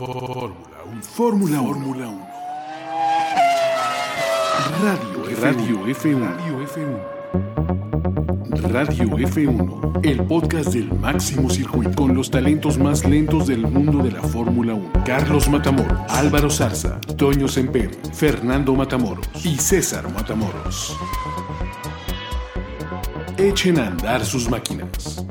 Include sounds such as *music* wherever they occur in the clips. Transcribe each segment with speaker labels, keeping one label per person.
Speaker 1: Fórmula 1. Fórmula 1. Radio F1. Radio F1. Radio F1. el podcast del máximo circuito con los talentos más lentos del mundo de la Fórmula 1. Carlos Matamoros, Álvaro Zarza, Toño Semper, Fernando Matamoros y César Matamoros. Echen a andar sus máquinas.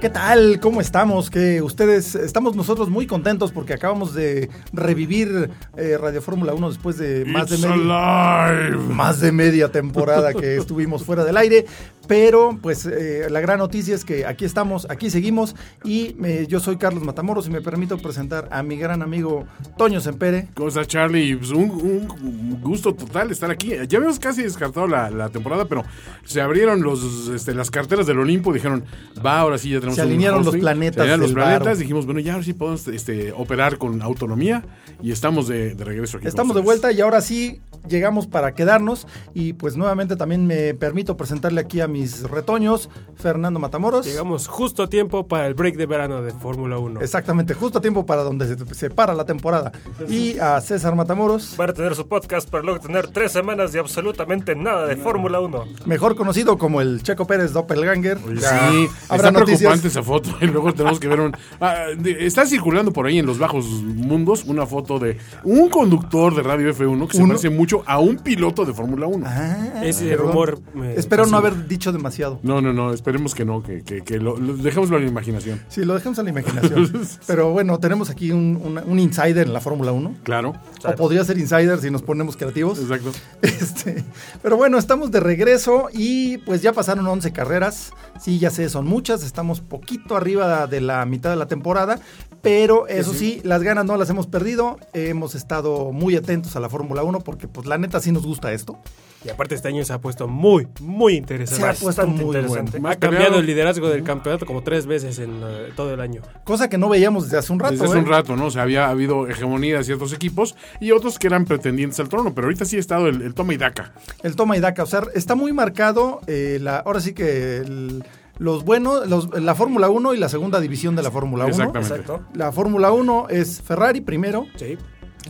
Speaker 2: ¿Qué tal? ¿Cómo estamos? Que ustedes, estamos nosotros muy contentos porque acabamos de revivir eh, Radio Fórmula 1 después de más de, media, más de media temporada que estuvimos fuera del aire. Pero pues eh, la gran noticia es que aquí estamos, aquí seguimos y eh, yo soy Carlos Matamoros y me permito presentar a mi gran amigo Toño Sempere.
Speaker 3: ¿Cómo estás, Charlie? Pues un, un gusto total estar aquí. Ya habíamos casi descartado la, la temporada, pero se abrieron los, este, las carteras del Olimpo. Dijeron, va, ahora sí ya tenemos.
Speaker 2: Se alinearon
Speaker 3: un
Speaker 2: los
Speaker 3: hosting,
Speaker 2: planetas
Speaker 3: Se alinearon los
Speaker 2: del varo.
Speaker 3: planetas. Dijimos, bueno, ya ahora sí podemos este, operar con autonomía y estamos de, de regreso aquí. con
Speaker 2: Estamos de
Speaker 3: ustedes.
Speaker 2: vuelta y ahora sí llegamos para quedarnos y pues nuevamente también me permito presentarle aquí a mis retoños, Fernando Matamoros.
Speaker 4: Llegamos justo a tiempo para el break de verano de Fórmula 1.
Speaker 2: Exactamente, justo a tiempo para donde se, se para la temporada. Y a César Matamoros,
Speaker 5: Van a tener su podcast para luego tener tres semanas de absolutamente nada de Fórmula 1.
Speaker 2: mejor conocido como el Checo Pérez Doppelganger.
Speaker 3: Oye,
Speaker 2: Ya
Speaker 3: Sí,
Speaker 2: habrá
Speaker 3: está preocupante
Speaker 2: noticias.
Speaker 3: esa foto. *laughs* Y luego tenemos que ver un. Ah, de- está circulando por ahí en los bajos mundos una foto de un conductor de Radio F1 que se
Speaker 2: Uno.
Speaker 3: parece mucho a un piloto de Fórmula 1.
Speaker 2: Ah,
Speaker 4: Ese
Speaker 2: perdón.
Speaker 4: rumor
Speaker 5: eh,
Speaker 4: me-
Speaker 2: Espero no
Speaker 4: sí.
Speaker 2: haber dicho demasiado.
Speaker 3: No, no, no, esperemos que no, que, que, que lo, lo- dejémoslo a la imaginación.
Speaker 2: Sí, lo dejamos a la imaginación. Pero bueno, tenemos aquí un, una- un insider en la Fórmula 1.
Speaker 3: Claro,
Speaker 2: O podría ser insider si nos ponemos creativos.
Speaker 3: exacto.
Speaker 2: *laughs* Este, pero bueno, estamos de regreso y pues ya pasaron 11 carreras. Sí, ya sé, son muchas. Estamos poquito arriba de la mitad de la temporada. Pero eso sí, las ganas no las hemos perdido. Hemos estado muy atentos a la Fórmula 1 porque pues la neta sí nos gusta esto.
Speaker 4: Y aparte este año se ha puesto muy, muy interesante.
Speaker 2: Se ha puesto
Speaker 5: Bastante
Speaker 2: muy
Speaker 5: interesante.
Speaker 2: bueno.
Speaker 3: Más
Speaker 4: Ha cambiado
Speaker 3: peleado
Speaker 4: el liderazgo del campeonato como tres veces en eh, todo el año.
Speaker 2: Cosa que no veíamos desde hace un rato.
Speaker 3: Desde hace
Speaker 2: ¿eh?
Speaker 3: un rato, ¿no? O sea, había habido hegemonía de ciertos equipos y otros que eran pretendientes al trono, pero ahorita sí ha estado el, el toma y daca.
Speaker 2: El toma y daca. O sea, está muy marcado eh, la, ahora sí que el- los buenos, los- la Fórmula 1 y la segunda división de la Fórmula 1.
Speaker 3: Exactamente.
Speaker 5: Exacto.
Speaker 2: La Fórmula 1 es Ferrari primero,
Speaker 4: Sí,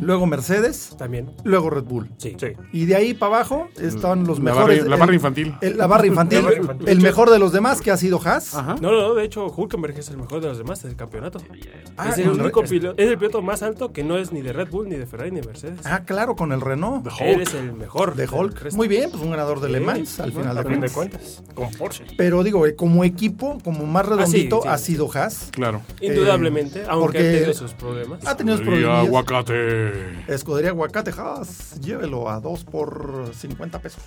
Speaker 2: luego Mercedes,
Speaker 4: también.
Speaker 2: luego Red Bull.
Speaker 4: Sí.
Speaker 5: Sí.
Speaker 2: Y de ahí para abajo están los
Speaker 3: La
Speaker 2: mejores.
Speaker 3: barra- la
Speaker 2: el-
Speaker 3: barra infantil.
Speaker 2: el- la barra infantil.
Speaker 5: La barra infantil.
Speaker 2: El mejor de los demás, que ha sido Haas.
Speaker 3: Ajá.
Speaker 4: No, no, no, de hecho, Hulkenberg es el mejor de los demás del campeonato.
Speaker 2: Ah,
Speaker 4: es, el
Speaker 2: con-
Speaker 4: único pilo- es el piloto más alto que no es ni de Red Bull, ni de Ferrari, ni de Mercedes.
Speaker 2: Ah, claro, con el Renault.
Speaker 4: Él es el mejor.
Speaker 2: De
Speaker 4: del
Speaker 2: Hulk.
Speaker 4: resto.
Speaker 2: Muy bien, pues un ganador de Le Mans al final de
Speaker 5: A fin de
Speaker 2: cuentas.
Speaker 5: cuentas. Con Porsche.
Speaker 2: Pero digo, eh, como equipo, como más redondito,
Speaker 4: sí.
Speaker 2: ha sido Haas.
Speaker 3: Claro.
Speaker 4: Indudablemente,
Speaker 2: eh, porque-
Speaker 4: aunque
Speaker 2: Ah,
Speaker 4: ha tenido sus problemas.
Speaker 2: Ha tenido sus
Speaker 3: Y
Speaker 2: problemas.
Speaker 3: aguacate.
Speaker 2: Escudería Aguacate Haas, llévelo a 2 por 50 pesos.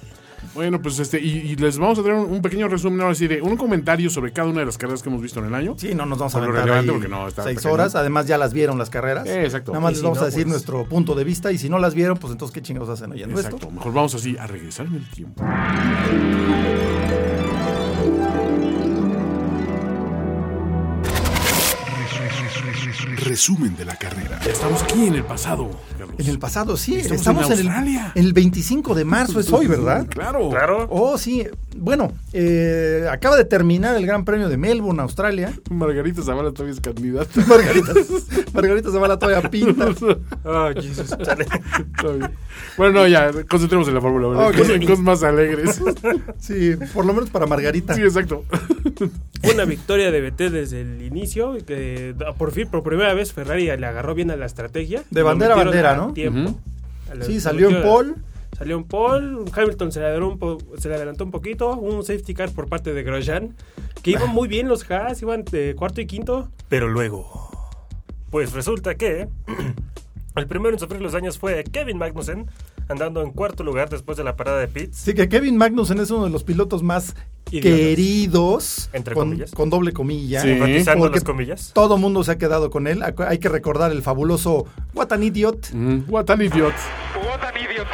Speaker 3: Bueno, pues este, y, y les vamos a traer un, un pequeño resumen ahora sí de un comentario sobre cada una de las carreras que hemos visto en el año.
Speaker 2: Sí, no nos vamos a
Speaker 3: Por lo
Speaker 2: aventar
Speaker 3: relevante,
Speaker 2: ahí
Speaker 3: porque no, está
Speaker 2: seis
Speaker 3: pequeño.
Speaker 2: horas. Además, ya las vieron las carreras.
Speaker 3: Eh, exacto.
Speaker 2: Nada más
Speaker 4: Y
Speaker 2: les
Speaker 4: si
Speaker 2: vamos
Speaker 4: no,
Speaker 2: a decir
Speaker 4: pues-
Speaker 2: nuestro punto de vista. Y si no las vieron, pues entonces, ¿qué chingados hacen oyendo
Speaker 3: Exacto.
Speaker 2: esto?
Speaker 3: Mejor vamos así a regresar en el tiempo.
Speaker 1: Resumen de la carrera.
Speaker 3: Estamos aquí en el pasado. Carlos.
Speaker 2: En el pasado, sí.
Speaker 3: Estamos
Speaker 2: Estamos,
Speaker 3: en
Speaker 2: en,
Speaker 3: Australia.
Speaker 2: el, el 25 de marzo, es hoy, ¿verdad?
Speaker 3: Claro.
Speaker 5: Claro.
Speaker 2: Oh, sí. Bueno, eh, acaba de terminar el Gran Premio de Melbourne, Australia. *laughs*
Speaker 3: Margarita Zavala todavía es candidata.
Speaker 2: Margarita, Margarita Zavala todavía pinta.
Speaker 4: Ah, Jesus.
Speaker 3: *laughs*
Speaker 2: *laughs*
Speaker 3: Todavía. bueno, no, ya, concentremos en la Fórmula 1.
Speaker 2: Ok.
Speaker 3: En cosas más *laughs* alegres.
Speaker 2: Sí, por lo menos para Margarita.
Speaker 3: sí, exacto.
Speaker 4: Una victoria de BT desde el inicio. y Que da- por fin, por primera vez, Ferrari le agarró bien a la estrategia.
Speaker 2: De
Speaker 4: Lo
Speaker 2: bandera a
Speaker 4: metieron
Speaker 2: bandera,
Speaker 4: a
Speaker 2: ¿no?
Speaker 4: tiempo.
Speaker 3: Ujú.
Speaker 4: A la-
Speaker 2: Sí,
Speaker 4: lo
Speaker 2: salió en
Speaker 4: metieron a-
Speaker 2: Paul.
Speaker 4: Salió en Paul. Hamilton se le, adelantó un po- se le adelantó un poquito. Un safety car por parte de Grosjean.
Speaker 2: *laughs*
Speaker 4: Que iban muy bien los Haas, iban de cuarto y quinto.
Speaker 5: Pero luego. Pues resulta que. *clears throat* El primero en sufrir los daños fue Kevin Magnussen, andando en cuarto lugar después de la parada de Pitts.
Speaker 2: Sí, que Kevin Magnussen es uno de los pilotos más
Speaker 4: Idiotas.
Speaker 2: queridos.
Speaker 5: Entre
Speaker 2: con,
Speaker 5: comillas.
Speaker 2: Con doble comilla. Eh,
Speaker 3: Sí.
Speaker 5: Enfatizando
Speaker 2: Porque
Speaker 5: las comillas.
Speaker 2: Todo mundo se ha quedado con él. Acu- Hay que recordar el fabuloso What an Idiot.
Speaker 3: Mm, What an idiot. *laughs*
Speaker 6: What an idiot.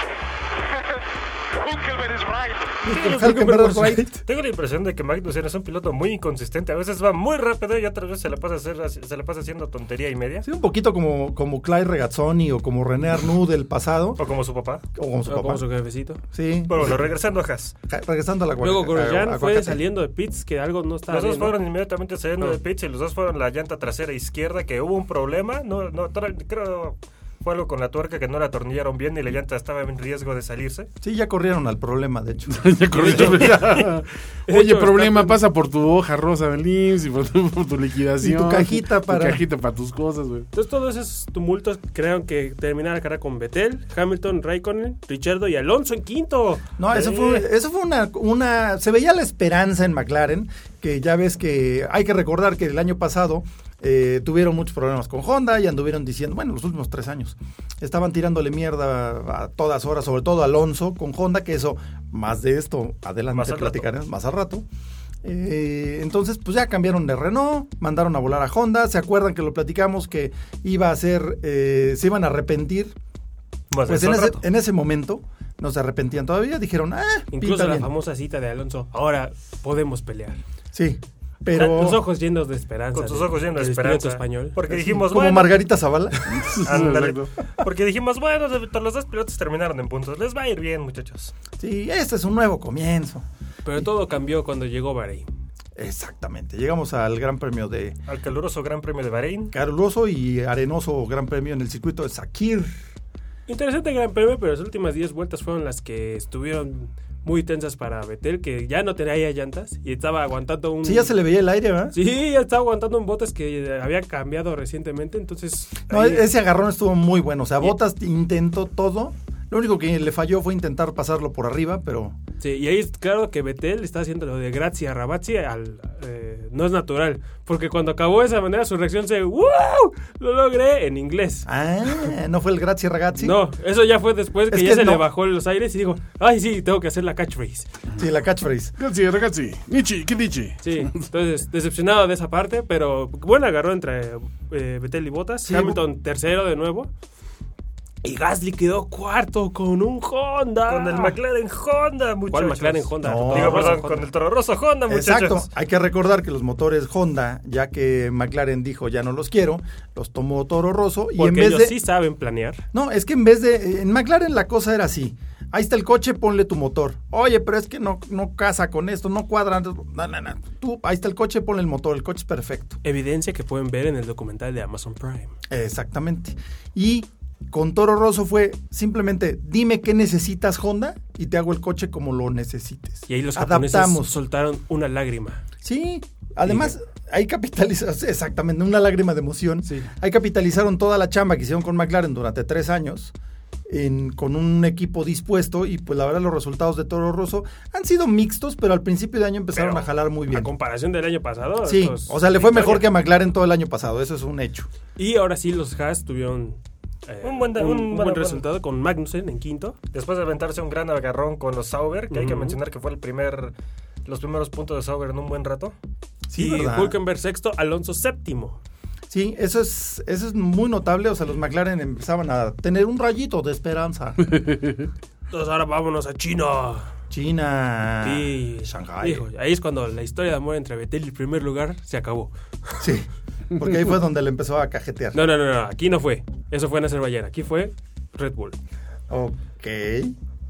Speaker 6: Hunkelman is right.
Speaker 5: Pero
Speaker 2: Hülkenberg
Speaker 5: Hülkenberg,
Speaker 2: Wright.
Speaker 5: Tengo la impresión de que Magnussen es un piloto muy inconsistente. A veces va muy rápido y otras veces se la pasa, hacer- se la pasa haciendo tontería y media.
Speaker 2: Sí, un poquito como, como Clyde Regazzoni o como René Arnoux del pasado.
Speaker 5: O como su papá.
Speaker 2: O como su
Speaker 4: O
Speaker 2: papá.
Speaker 4: ah, Como su jefecito.
Speaker 2: Sí.
Speaker 5: Pero bueno, regresando a Haas.
Speaker 2: Ja- Regresando a la
Speaker 4: Luego
Speaker 2: guaca- a-
Speaker 4: Grosjean
Speaker 2: a-
Speaker 4: fue
Speaker 2: eh, aguacate.
Speaker 4: saliendo de pits que algo no estaba
Speaker 5: Los dos
Speaker 4: bien, ¿no?
Speaker 5: fueron inmediatamente saliendo
Speaker 4: Ah.
Speaker 5: de pits y los dos fueron la llanta trasera izquierda que hubo un problema. No, no, tra- creo fue algo con la tuerca que no la atornillaron bien y la llanta estaba en riesgo de salirse.
Speaker 2: Sí, ya corrieron al problema, de hecho.
Speaker 3: *laughs* Ya corrigió.
Speaker 4: De
Speaker 3: *laughs* Oye,
Speaker 4: hecho,
Speaker 3: problema, pasa por tu hoja rosa del IMSS y por tu, por tu liquidación.
Speaker 2: Y tu cajita para-
Speaker 3: Tu cajita para tus cosas, güey.
Speaker 4: Entonces todos esos tumultos crearon que terminara la carrera con Vettel, Hamilton, Raikkonen, Richardo y Alonso en quinto.
Speaker 2: No, eso
Speaker 4: Eh,
Speaker 2: fue, eso fue una, una... Se veía la esperanza en McLaren, que ya ves que hay que recordar que el año pasado eh, tuvieron muchos problemas con Honda y anduvieron diciendo, bueno, los últimos tres años, estaban tirándole mierda a todas horas, sobre todo a Alonso con Honda, que eso, más de esto, adelante
Speaker 5: Más al rato.
Speaker 2: platicaremos más al rato. Eh, entonces, pues ya cambiaron de Renault, mandaron a volar a Honda, se acuerdan que lo platicamos que iba a ser, eh, se iban a arrepentir
Speaker 5: Más
Speaker 2: pues
Speaker 5: de
Speaker 2: en
Speaker 5: todo el
Speaker 2: ese,
Speaker 5: rato.
Speaker 2: en ese momento no se arrepentían todavía, dijeron, ah,
Speaker 4: Incluso
Speaker 2: pinta
Speaker 4: la
Speaker 2: bien".
Speaker 4: famosa cita de Alonso. Ahora podemos pelear.
Speaker 2: Sí, pero
Speaker 4: Los ojos llenos de esperanza.
Speaker 5: con sus ojos llenos de
Speaker 4: del
Speaker 5: esperanza.
Speaker 4: espíritu español.
Speaker 5: Porque dijimos,
Speaker 2: como
Speaker 5: bueno,
Speaker 2: Margarita Zavala. *laughs*
Speaker 5: ándale.
Speaker 3: Exacto.
Speaker 5: porque dijimos, bueno, de- todos los dos pilotos terminaron en puntos. Les va a ir bien, muchachos.
Speaker 2: sí, este es un nuevo comienzo.
Speaker 4: Pero todo cambió cuando llegó Bahrein.
Speaker 2: Exactamente, llegamos al Gran Premio de
Speaker 5: Al caluroso Gran Premio de Bahrein.
Speaker 2: caluroso y arenoso Gran Premio en el circuito de Sakir.
Speaker 4: Interesante Gran Premio, pero las últimas 10 vueltas fueron las que estuvieron muy tensas para Vettel, que ya no tenía ya llantas y estaba aguantando un...
Speaker 2: Sí, ya se le veía el aire, ¿verdad?
Speaker 4: Sí, ya estaba aguantando un botes que había cambiado recientemente, entonces...
Speaker 2: No,
Speaker 4: ahí-
Speaker 2: ese agarrón estuvo muy bueno, o sea, Botas intentó todo. Lo único que le falló fue intentar pasarlo por arriba, pero
Speaker 4: Sí, y ahí es claro que Betel está haciendo lo de Grazia Rabazzi al eh, no es natural, porque cuando acabó de esa manera su reacción se ¡Wow! Lo logré en inglés.
Speaker 2: ah, no fue el Grazie Ragazzi.
Speaker 4: No, eso ya fue después que
Speaker 2: Es
Speaker 4: ya
Speaker 2: que
Speaker 4: se
Speaker 2: no.
Speaker 4: le bajó los aires y dijo, "Ay, sí, tengo que hacer la catchphrase."
Speaker 2: Sí, la catchphrase.
Speaker 3: Ragazzi, ragazzi. Nichi, ¿qué dici?
Speaker 2: *laughs*
Speaker 4: Sí, entonces decepcionado de esa parte, pero buen agarró entre eh, Betel y Botas, Hamilton tercero de nuevo. Y Gasly quedó cuarto con un Honda.
Speaker 5: Con el McLaren Honda, muchachos.
Speaker 4: ¿Cuál McLaren Honda?
Speaker 2: No.
Speaker 5: Digo, perdón,
Speaker 4: Honda.
Speaker 5: con el Toro Rosso Honda, muchachos.
Speaker 2: Exacto, hay que recordar que los motores Honda, ya que McLaren dijo ya no los quiero, los tomó Toro Rosso y
Speaker 4: Porque
Speaker 2: en vez
Speaker 4: ellos
Speaker 2: de
Speaker 4: sí saben planear.
Speaker 2: No, es que en vez de eh, en McLaren la cosa era así. Ahí está el coche, ponle tu motor. Oye, pero es que no no casa con esto, no cuadra. No, no, no. Tú, ahí está el coche, ponle el motor, el coche es perfecto.
Speaker 4: Evidencia que pueden ver en el documental de Amazon Prime.
Speaker 2: Exactamente. Y con Toro Rosso fue simplemente dime qué necesitas Honda y te hago el coche como lo necesites.
Speaker 4: Y ahí los japoneses
Speaker 2: adaptamos.
Speaker 4: soltaron una lágrima.
Speaker 2: Sí, además ahí *laughs* capitalizaron, exactamente, una lágrima de emoción. Ahí capitalizaron toda la chamba que hicieron con McLaren durante tres años. en- con un equipo dispuesto y pues la verdad los resultados de Toro Rosso han sido mixtos, pero al principio de año empezaron
Speaker 4: Pero,
Speaker 2: a jalar muy
Speaker 4: A
Speaker 2: bien.
Speaker 4: comparación del año pasado.
Speaker 2: Sí,
Speaker 4: estos-
Speaker 2: o sea, le fue
Speaker 4: victoria.
Speaker 2: mejor que a McLaren todo el año pasado, eso es un hecho.
Speaker 4: Y ahora sí, los Haas tuvieron eh,
Speaker 5: Un buen da- un buen- buen-
Speaker 4: resultado con Magnussen en quinto.
Speaker 5: Después de aventarse un gran agarrón con los Sauber, que hay que
Speaker 4: Ujú.
Speaker 5: mencionar que fue el primer, los primeros puntos de Sauber en un buen rato.
Speaker 2: Sí,
Speaker 4: y
Speaker 2: ¿verdad?
Speaker 4: Hülkenberg sexto, Alonso séptimo.
Speaker 2: Sí, eso es, eso es muy notable, o sea, los McLaren empezaban a tener un rayito de
Speaker 4: *laughs*
Speaker 2: esperanza.
Speaker 4: Entonces ahora vámonos a China.
Speaker 2: China,
Speaker 4: Sí.
Speaker 2: Ah, Shanghai.
Speaker 4: Hijo, ahí es cuando la historia de amor entre Betel y el primer lugar se acabó.
Speaker 2: Sí, porque ahí fue donde le empezó a cajetear.
Speaker 4: No, no, no, no, aquí no fue. Eso fue en Azerbaiyán. Aquí fue Red Bull.
Speaker 2: Ok.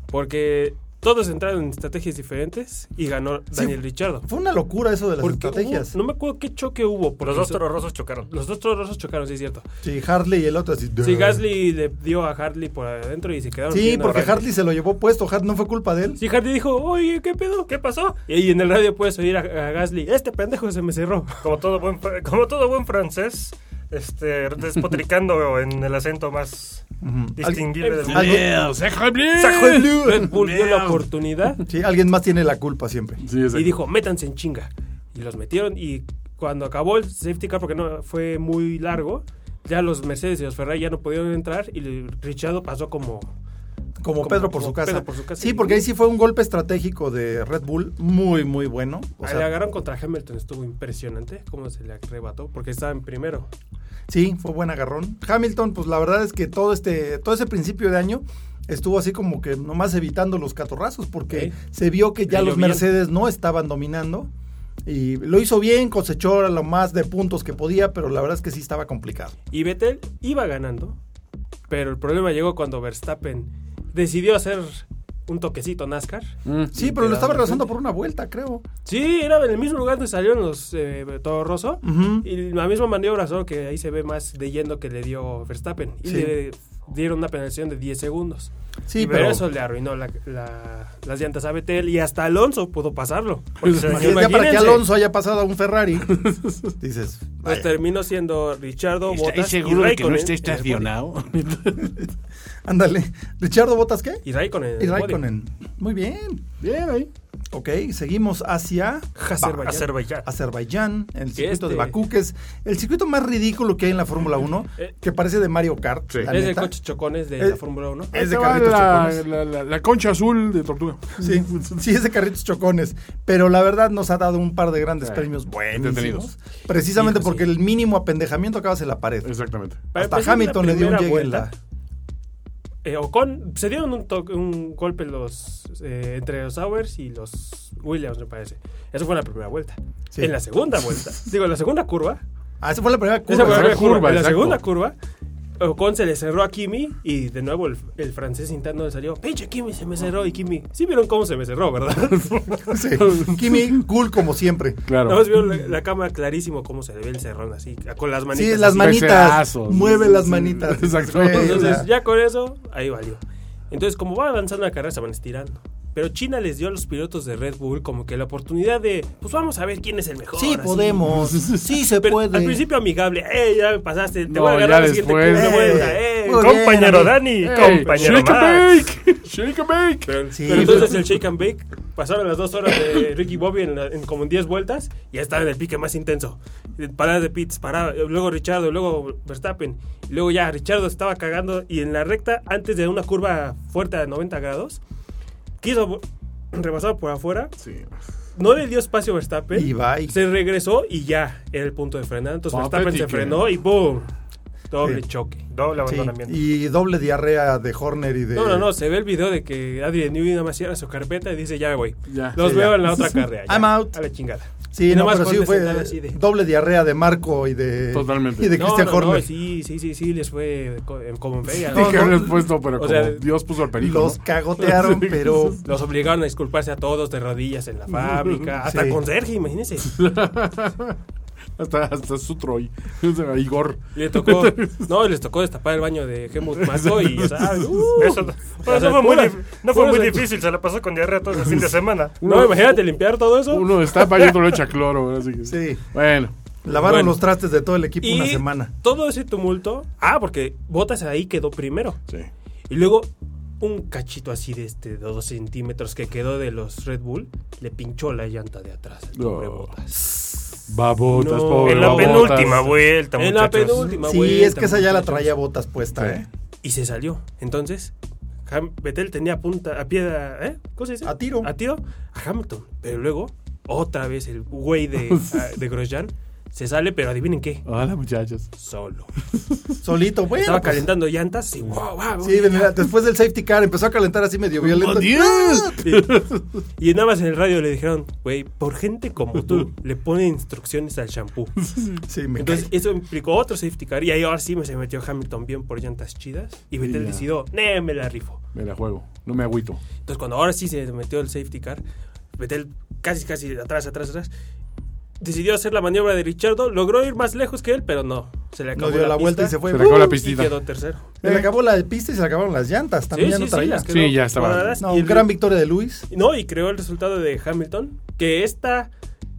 Speaker 4: Porque todos entraron en estrategias diferentes y ganó Daniel Richardo.
Speaker 2: Fue una locura eso de las
Speaker 4: Porque
Speaker 2: estrategias.
Speaker 4: hubo- no me acuerdo qué choque hubo. porque
Speaker 5: Los dos
Speaker 4: so-
Speaker 5: Toro Rosos chocaron.
Speaker 4: Los dos toros rosos chocaron, sí es cierto.
Speaker 2: Sí, Hartley y el otro así.
Speaker 4: Sí, Gasly le dio a Hartley por adentro y se quedaron.
Speaker 2: Sí,
Speaker 4: viendo a
Speaker 2: porque
Speaker 4: Hartley.
Speaker 2: Hartley se lo llevó puesto. Hart no fue culpa de él.
Speaker 4: Sí, Hartley dijo, oye, ¿qué pedo?
Speaker 5: ¿Qué pasó?
Speaker 4: Y en el radio puedes oír a, a Gasly, este pendejo se me cerró.
Speaker 5: Como todo buen, fr- como todo buen francés, este, despotricando en el acento más distinguible del
Speaker 4: Al-
Speaker 5: mundo.
Speaker 3: Bleu, sacre bleu.
Speaker 4: *laughs* Red Bull dio la oportunidad
Speaker 2: Sí, alguien más tiene la culpa siempre.
Speaker 3: Sí, exacto.
Speaker 4: y dijo, métanse en chinga. Y los metieron y cuando acabó el safety car, porque no fue muy largo, ya los Mercedes y los Ferrari ya no pudieron entrar y el Richardo pasó como...
Speaker 2: Como,
Speaker 4: Como-
Speaker 2: Pedro, por
Speaker 4: como
Speaker 2: su casa.
Speaker 4: Pedro por su casa.
Speaker 2: Sí, porque ahí sí fue un golpe estratégico de Red Bull muy, muy bueno. O
Speaker 4: le
Speaker 2: sea,
Speaker 4: agarraron contra Hamilton, estuvo impresionante cómo se le arrebató, porque estaba en primero.
Speaker 2: sí, fue buen agarrón. Hamilton, pues la verdad es que todo este, todo ese principio de año estuvo así como que nomás evitando los catorrazos porque
Speaker 4: Ok.
Speaker 2: se vio que ya
Speaker 4: Le
Speaker 2: los
Speaker 4: llovían.
Speaker 2: Mercedes no estaban dominando. Y lo hizo bien, cosechó lo más de puntos que podía, pero la verdad es que sí estaba complicado.
Speaker 4: Y Vettel iba ganando, pero el problema llegó cuando Verstappen decidió hacer un toquecito NASCAR.
Speaker 2: Sí, pero lo estaba regresando por una vuelta, creo.
Speaker 4: Sí, era en el mismo lugar donde salieron los eh, Toro Rosso. Y la misma maniobra, solo que ahí se ve más de yendo que le dio Verstappen. Y
Speaker 2: Sí.
Speaker 4: le dieron una penalización de 10 segundos.
Speaker 2: Sí,
Speaker 4: y
Speaker 2: pero,
Speaker 4: eso le arruinó la- la- las llantas a Vettel y hasta Alonso pudo pasarlo.
Speaker 5: Porque se dañó-
Speaker 2: Pues, ya para que
Speaker 4: imagínense.
Speaker 2: Alonso haya pasado a un Ferrari,
Speaker 4: *laughs*
Speaker 2: dices,
Speaker 4: Pues
Speaker 2: vaya.
Speaker 4: terminó siendo Richardo
Speaker 3: ¿Estáis
Speaker 4: Bottas y
Speaker 3: seguro de que no
Speaker 4: Raikkonen
Speaker 3: esté
Speaker 4: en
Speaker 2: este
Speaker 4: el podio.
Speaker 3: estacionado?
Speaker 2: ándale. ¿Richardo Botas qué?
Speaker 4: Y Raikkonen. en
Speaker 2: Y
Speaker 4: el podio.
Speaker 2: Raikkonen. Muy bien.
Speaker 3: *laughs* Bien, ahí.
Speaker 2: Ok, seguimos hacia
Speaker 4: Azerbaiyán.
Speaker 5: Azerbaiyán.
Speaker 2: Ah, Azerbaiyán, el
Speaker 4: Que
Speaker 2: circuito de
Speaker 4: este-
Speaker 2: Bakú, que es el circuito más ridículo que hay en la Fórmula 1,
Speaker 4: *laughs* Eh,
Speaker 2: que parece de Mario Kart.
Speaker 3: Sí.
Speaker 2: la
Speaker 4: Es el
Speaker 2: neta.
Speaker 4: coche chocones de
Speaker 2: Eh,
Speaker 4: la Fórmula 1.
Speaker 2: Es de
Speaker 3: Ahí te va
Speaker 2: Carlitos
Speaker 3: la,
Speaker 2: Chocones.
Speaker 3: la, la- la concha azul de tortuga.
Speaker 2: Sí, sí, es de carritos chocones. Pero la verdad nos ha dado un par de grandes
Speaker 3: Sí,
Speaker 2: premios buenísimos.
Speaker 3: entretenidos.
Speaker 2: Precisamente
Speaker 4: Hijo,
Speaker 2: porque
Speaker 4: sí.
Speaker 2: el mínimo apendejamiento acabas en la pared.
Speaker 3: Exactamente.
Speaker 4: Para
Speaker 2: Hasta
Speaker 4: empezar,
Speaker 2: Hamilton
Speaker 4: pues, la
Speaker 2: le dio un
Speaker 4: primera
Speaker 2: llegue en la-
Speaker 4: vuelta, eh, Ocon, se dieron un, toque- un golpe los eh, entre los Sauers y los Williams, me parece. Eso fue en la primera vuelta.
Speaker 2: Sí.
Speaker 4: En la
Speaker 2: *laughs*
Speaker 4: segunda vuelta, digo, en la segunda curva.
Speaker 2: Ah, esa fue la primera
Speaker 4: esa fue la
Speaker 2: curva.
Speaker 4: primera
Speaker 3: curva,
Speaker 4: curva, en la
Speaker 3: exacto.
Speaker 4: segunda curva, Ocon se le cerró a Kimi y de nuevo el, el francés intentando le salió, pinche Kimi se me cerró y Kimi, sí vieron cómo se me cerró, ¿verdad?
Speaker 2: Sí. Kimi, cool como siempre.
Speaker 4: Nada
Speaker 3: Claro.
Speaker 4: más vieron la, la cámara clarísimo cómo se le ve el cerrón así, con las manitas.
Speaker 2: Sí, las
Speaker 4: así.
Speaker 2: manitas.
Speaker 3: Becerrazos.
Speaker 2: Mueve las
Speaker 3: Sí,
Speaker 4: *laughs*
Speaker 2: manitas.
Speaker 3: exacto.
Speaker 2: Sí, o
Speaker 4: Entonces,
Speaker 2: sea,
Speaker 4: ya con eso, ahí valió. Entonces, como va avanzando la carrera, se van estirando. Pero China les dio a los pilotos de Red Bull como que la oportunidad de, pues vamos a ver quién es el mejor.
Speaker 2: Sí,
Speaker 4: así.
Speaker 2: podemos.
Speaker 4: *laughs*
Speaker 2: Sí, se
Speaker 4: Pero
Speaker 2: puede.
Speaker 4: al principio amigable, eh, ya me pasaste, te
Speaker 3: No,
Speaker 4: voy a agarrar
Speaker 3: ya
Speaker 4: la siguiente
Speaker 3: después.
Speaker 4: curva de vuelta,
Speaker 2: Eh,
Speaker 4: eh.
Speaker 2: muy bien,
Speaker 5: Compañero
Speaker 2: amigo.
Speaker 5: Dani,
Speaker 3: Hey,
Speaker 5: compañero
Speaker 3: shake and
Speaker 5: Max.
Speaker 3: bake. Shake and bake.
Speaker 2: Sí,
Speaker 4: Pero entonces
Speaker 2: pero-
Speaker 4: el shake and bake pasaron las dos horas de Ricky Bobby en, la- en como en 10 vueltas y ya estaba en el pique más intenso. Eh, Paradas de pits, parada, eh, luego Richardo, luego Verstappen. Y luego ya Richardo estaba cagando y en la recta, antes de una curva fuerte a 90 grados, quiso vo- rebasar por afuera.
Speaker 3: Sí.
Speaker 4: No le dio espacio a Verstappen.
Speaker 2: Y bye.
Speaker 4: Se regresó y ya era el punto de frenar. Entonces Verstappen se
Speaker 3: Patético.
Speaker 4: frenó y ¡boom! Doble
Speaker 2: Sí.
Speaker 4: choque.
Speaker 5: Doble
Speaker 2: Sí,
Speaker 5: abandonamiento.
Speaker 2: y doble diarrea de Horner y de.
Speaker 4: No, no, no, se ve el video de que Adrian Newey nada más cierra su carpeta y dice, ya me voy.
Speaker 5: Ah,
Speaker 3: Ya.
Speaker 4: Los
Speaker 2: Sí,
Speaker 4: veo
Speaker 2: ya.
Speaker 4: en
Speaker 5: *laughs*
Speaker 4: la otra carrera. ya.
Speaker 2: I'm out.
Speaker 4: A la chingada.
Speaker 2: Sí,
Speaker 4: Y
Speaker 2: no,
Speaker 4: nomás
Speaker 2: pero sí
Speaker 4: con
Speaker 2: fue
Speaker 4: desentado así de-
Speaker 2: doble diarrea de Marco y de.
Speaker 3: Totalmente.
Speaker 2: Y de
Speaker 4: No,
Speaker 2: Christian
Speaker 4: no, no,
Speaker 2: Horner.
Speaker 4: sí, sí, sí, sí, les fue co- eh,
Speaker 5: *laughs*
Speaker 4: como en feria.
Speaker 2: No,
Speaker 3: Dije
Speaker 2: no.
Speaker 3: haberles puesto, pero
Speaker 4: O
Speaker 3: como
Speaker 4: sea,
Speaker 3: Dios puso al perico.
Speaker 2: Los
Speaker 3: ¿no? *laughs*
Speaker 2: cagotearon,
Speaker 3: Sí.
Speaker 2: pero.
Speaker 4: Los obligaron a disculparse a todos de
Speaker 5: *laughs*
Speaker 4: rodillas en la fábrica. Hasta
Speaker 2: Sí.
Speaker 4: con Sergio, imagínense.
Speaker 3: Hasta, hasta su Troy. *laughs* A Igor.
Speaker 4: Le tocó, no, les tocó destapar el baño de
Speaker 5: *laughs*
Speaker 4: Helmut Marko y, o sea, uh,
Speaker 5: Eso,
Speaker 4: o sea,
Speaker 5: no fue, muy,
Speaker 4: puras-
Speaker 5: dif- no fue
Speaker 4: puras-
Speaker 5: muy difícil, se la pasó con diarrea todo el fin de semana.
Speaker 4: No, imagínate limpiar todo eso.
Speaker 3: Uno destapa y otro le echa cloro. Así que,
Speaker 2: Sí.
Speaker 3: Bueno.
Speaker 2: Lavaron
Speaker 4: Bueno.
Speaker 2: los trastes de todo el equipo
Speaker 4: y
Speaker 2: una semana.
Speaker 4: todo ese tumulto. Ah, porque Botas ahí quedó primero.
Speaker 3: Sí.
Speaker 4: Y luego un cachito así de este de dos centímetros que quedó de los Red Bull le pinchó la llanta de atrás. al pobre
Speaker 3: No.
Speaker 4: Bottas.
Speaker 3: Babotas,
Speaker 4: No.
Speaker 3: pobre.
Speaker 5: En la
Speaker 3: babotas.
Speaker 5: penúltima vuelta,
Speaker 4: En la
Speaker 5: muchachos.
Speaker 4: penúltima
Speaker 2: Sí,
Speaker 4: vuelta,
Speaker 2: es que esa ya la
Speaker 4: muchachos.
Speaker 2: traía botas puesta, ¿eh?
Speaker 4: Y se salió. Entonces, Ham- Vettel tenía punta a piedra, ¿eh? ¿Cómo se dice?
Speaker 2: A tiro.
Speaker 4: A tiro a Hamilton. Pero luego, otra vez el
Speaker 2: *laughs*
Speaker 4: güey de, a- de Grosjean se sale, pero adivinen qué,
Speaker 3: Hola, muchachos.
Speaker 4: solo.
Speaker 2: Solito, bueno.
Speaker 4: Estaba
Speaker 2: pues,
Speaker 4: calentando llantas y wow, wow.
Speaker 2: Sí, mira, después del safety car empezó a calentar así medio violento.
Speaker 4: Y, y nada más en el radio le dijeron, güey, por gente como
Speaker 2: *laughs*
Speaker 4: tú le pone instrucciones al shampoo.
Speaker 2: Sí, me
Speaker 4: Entonces
Speaker 2: cae.
Speaker 4: eso implicó otro safety car y ahí ahora sí me se metió Hamilton bien por llantas chidas y Vettel
Speaker 3: ya.
Speaker 4: decidió, "Nee, me la rifo.
Speaker 3: Me la juego. No me agüito.
Speaker 4: Entonces cuando ahora sí se metió el safety car, Vettel casi casi atrás, atrás, atrás, decidió hacer la maniobra de Richardo, logró ir más lejos que él, pero no, se le acabó
Speaker 2: No dio la, vuelta y se fue.
Speaker 3: Se le acabó la
Speaker 2: ¡Uh!
Speaker 4: Y
Speaker 3: pistita.
Speaker 4: quedó tercero.
Speaker 2: Se le acabó la pista y se le acabaron las llantas. También ya no traía.
Speaker 4: las quedó
Speaker 3: Sí, ya estaba.
Speaker 4: cuadradas
Speaker 2: no,
Speaker 4: y el-
Speaker 2: gran victoria de Luis.
Speaker 4: No, y creó el resultado de Hamilton, que esta,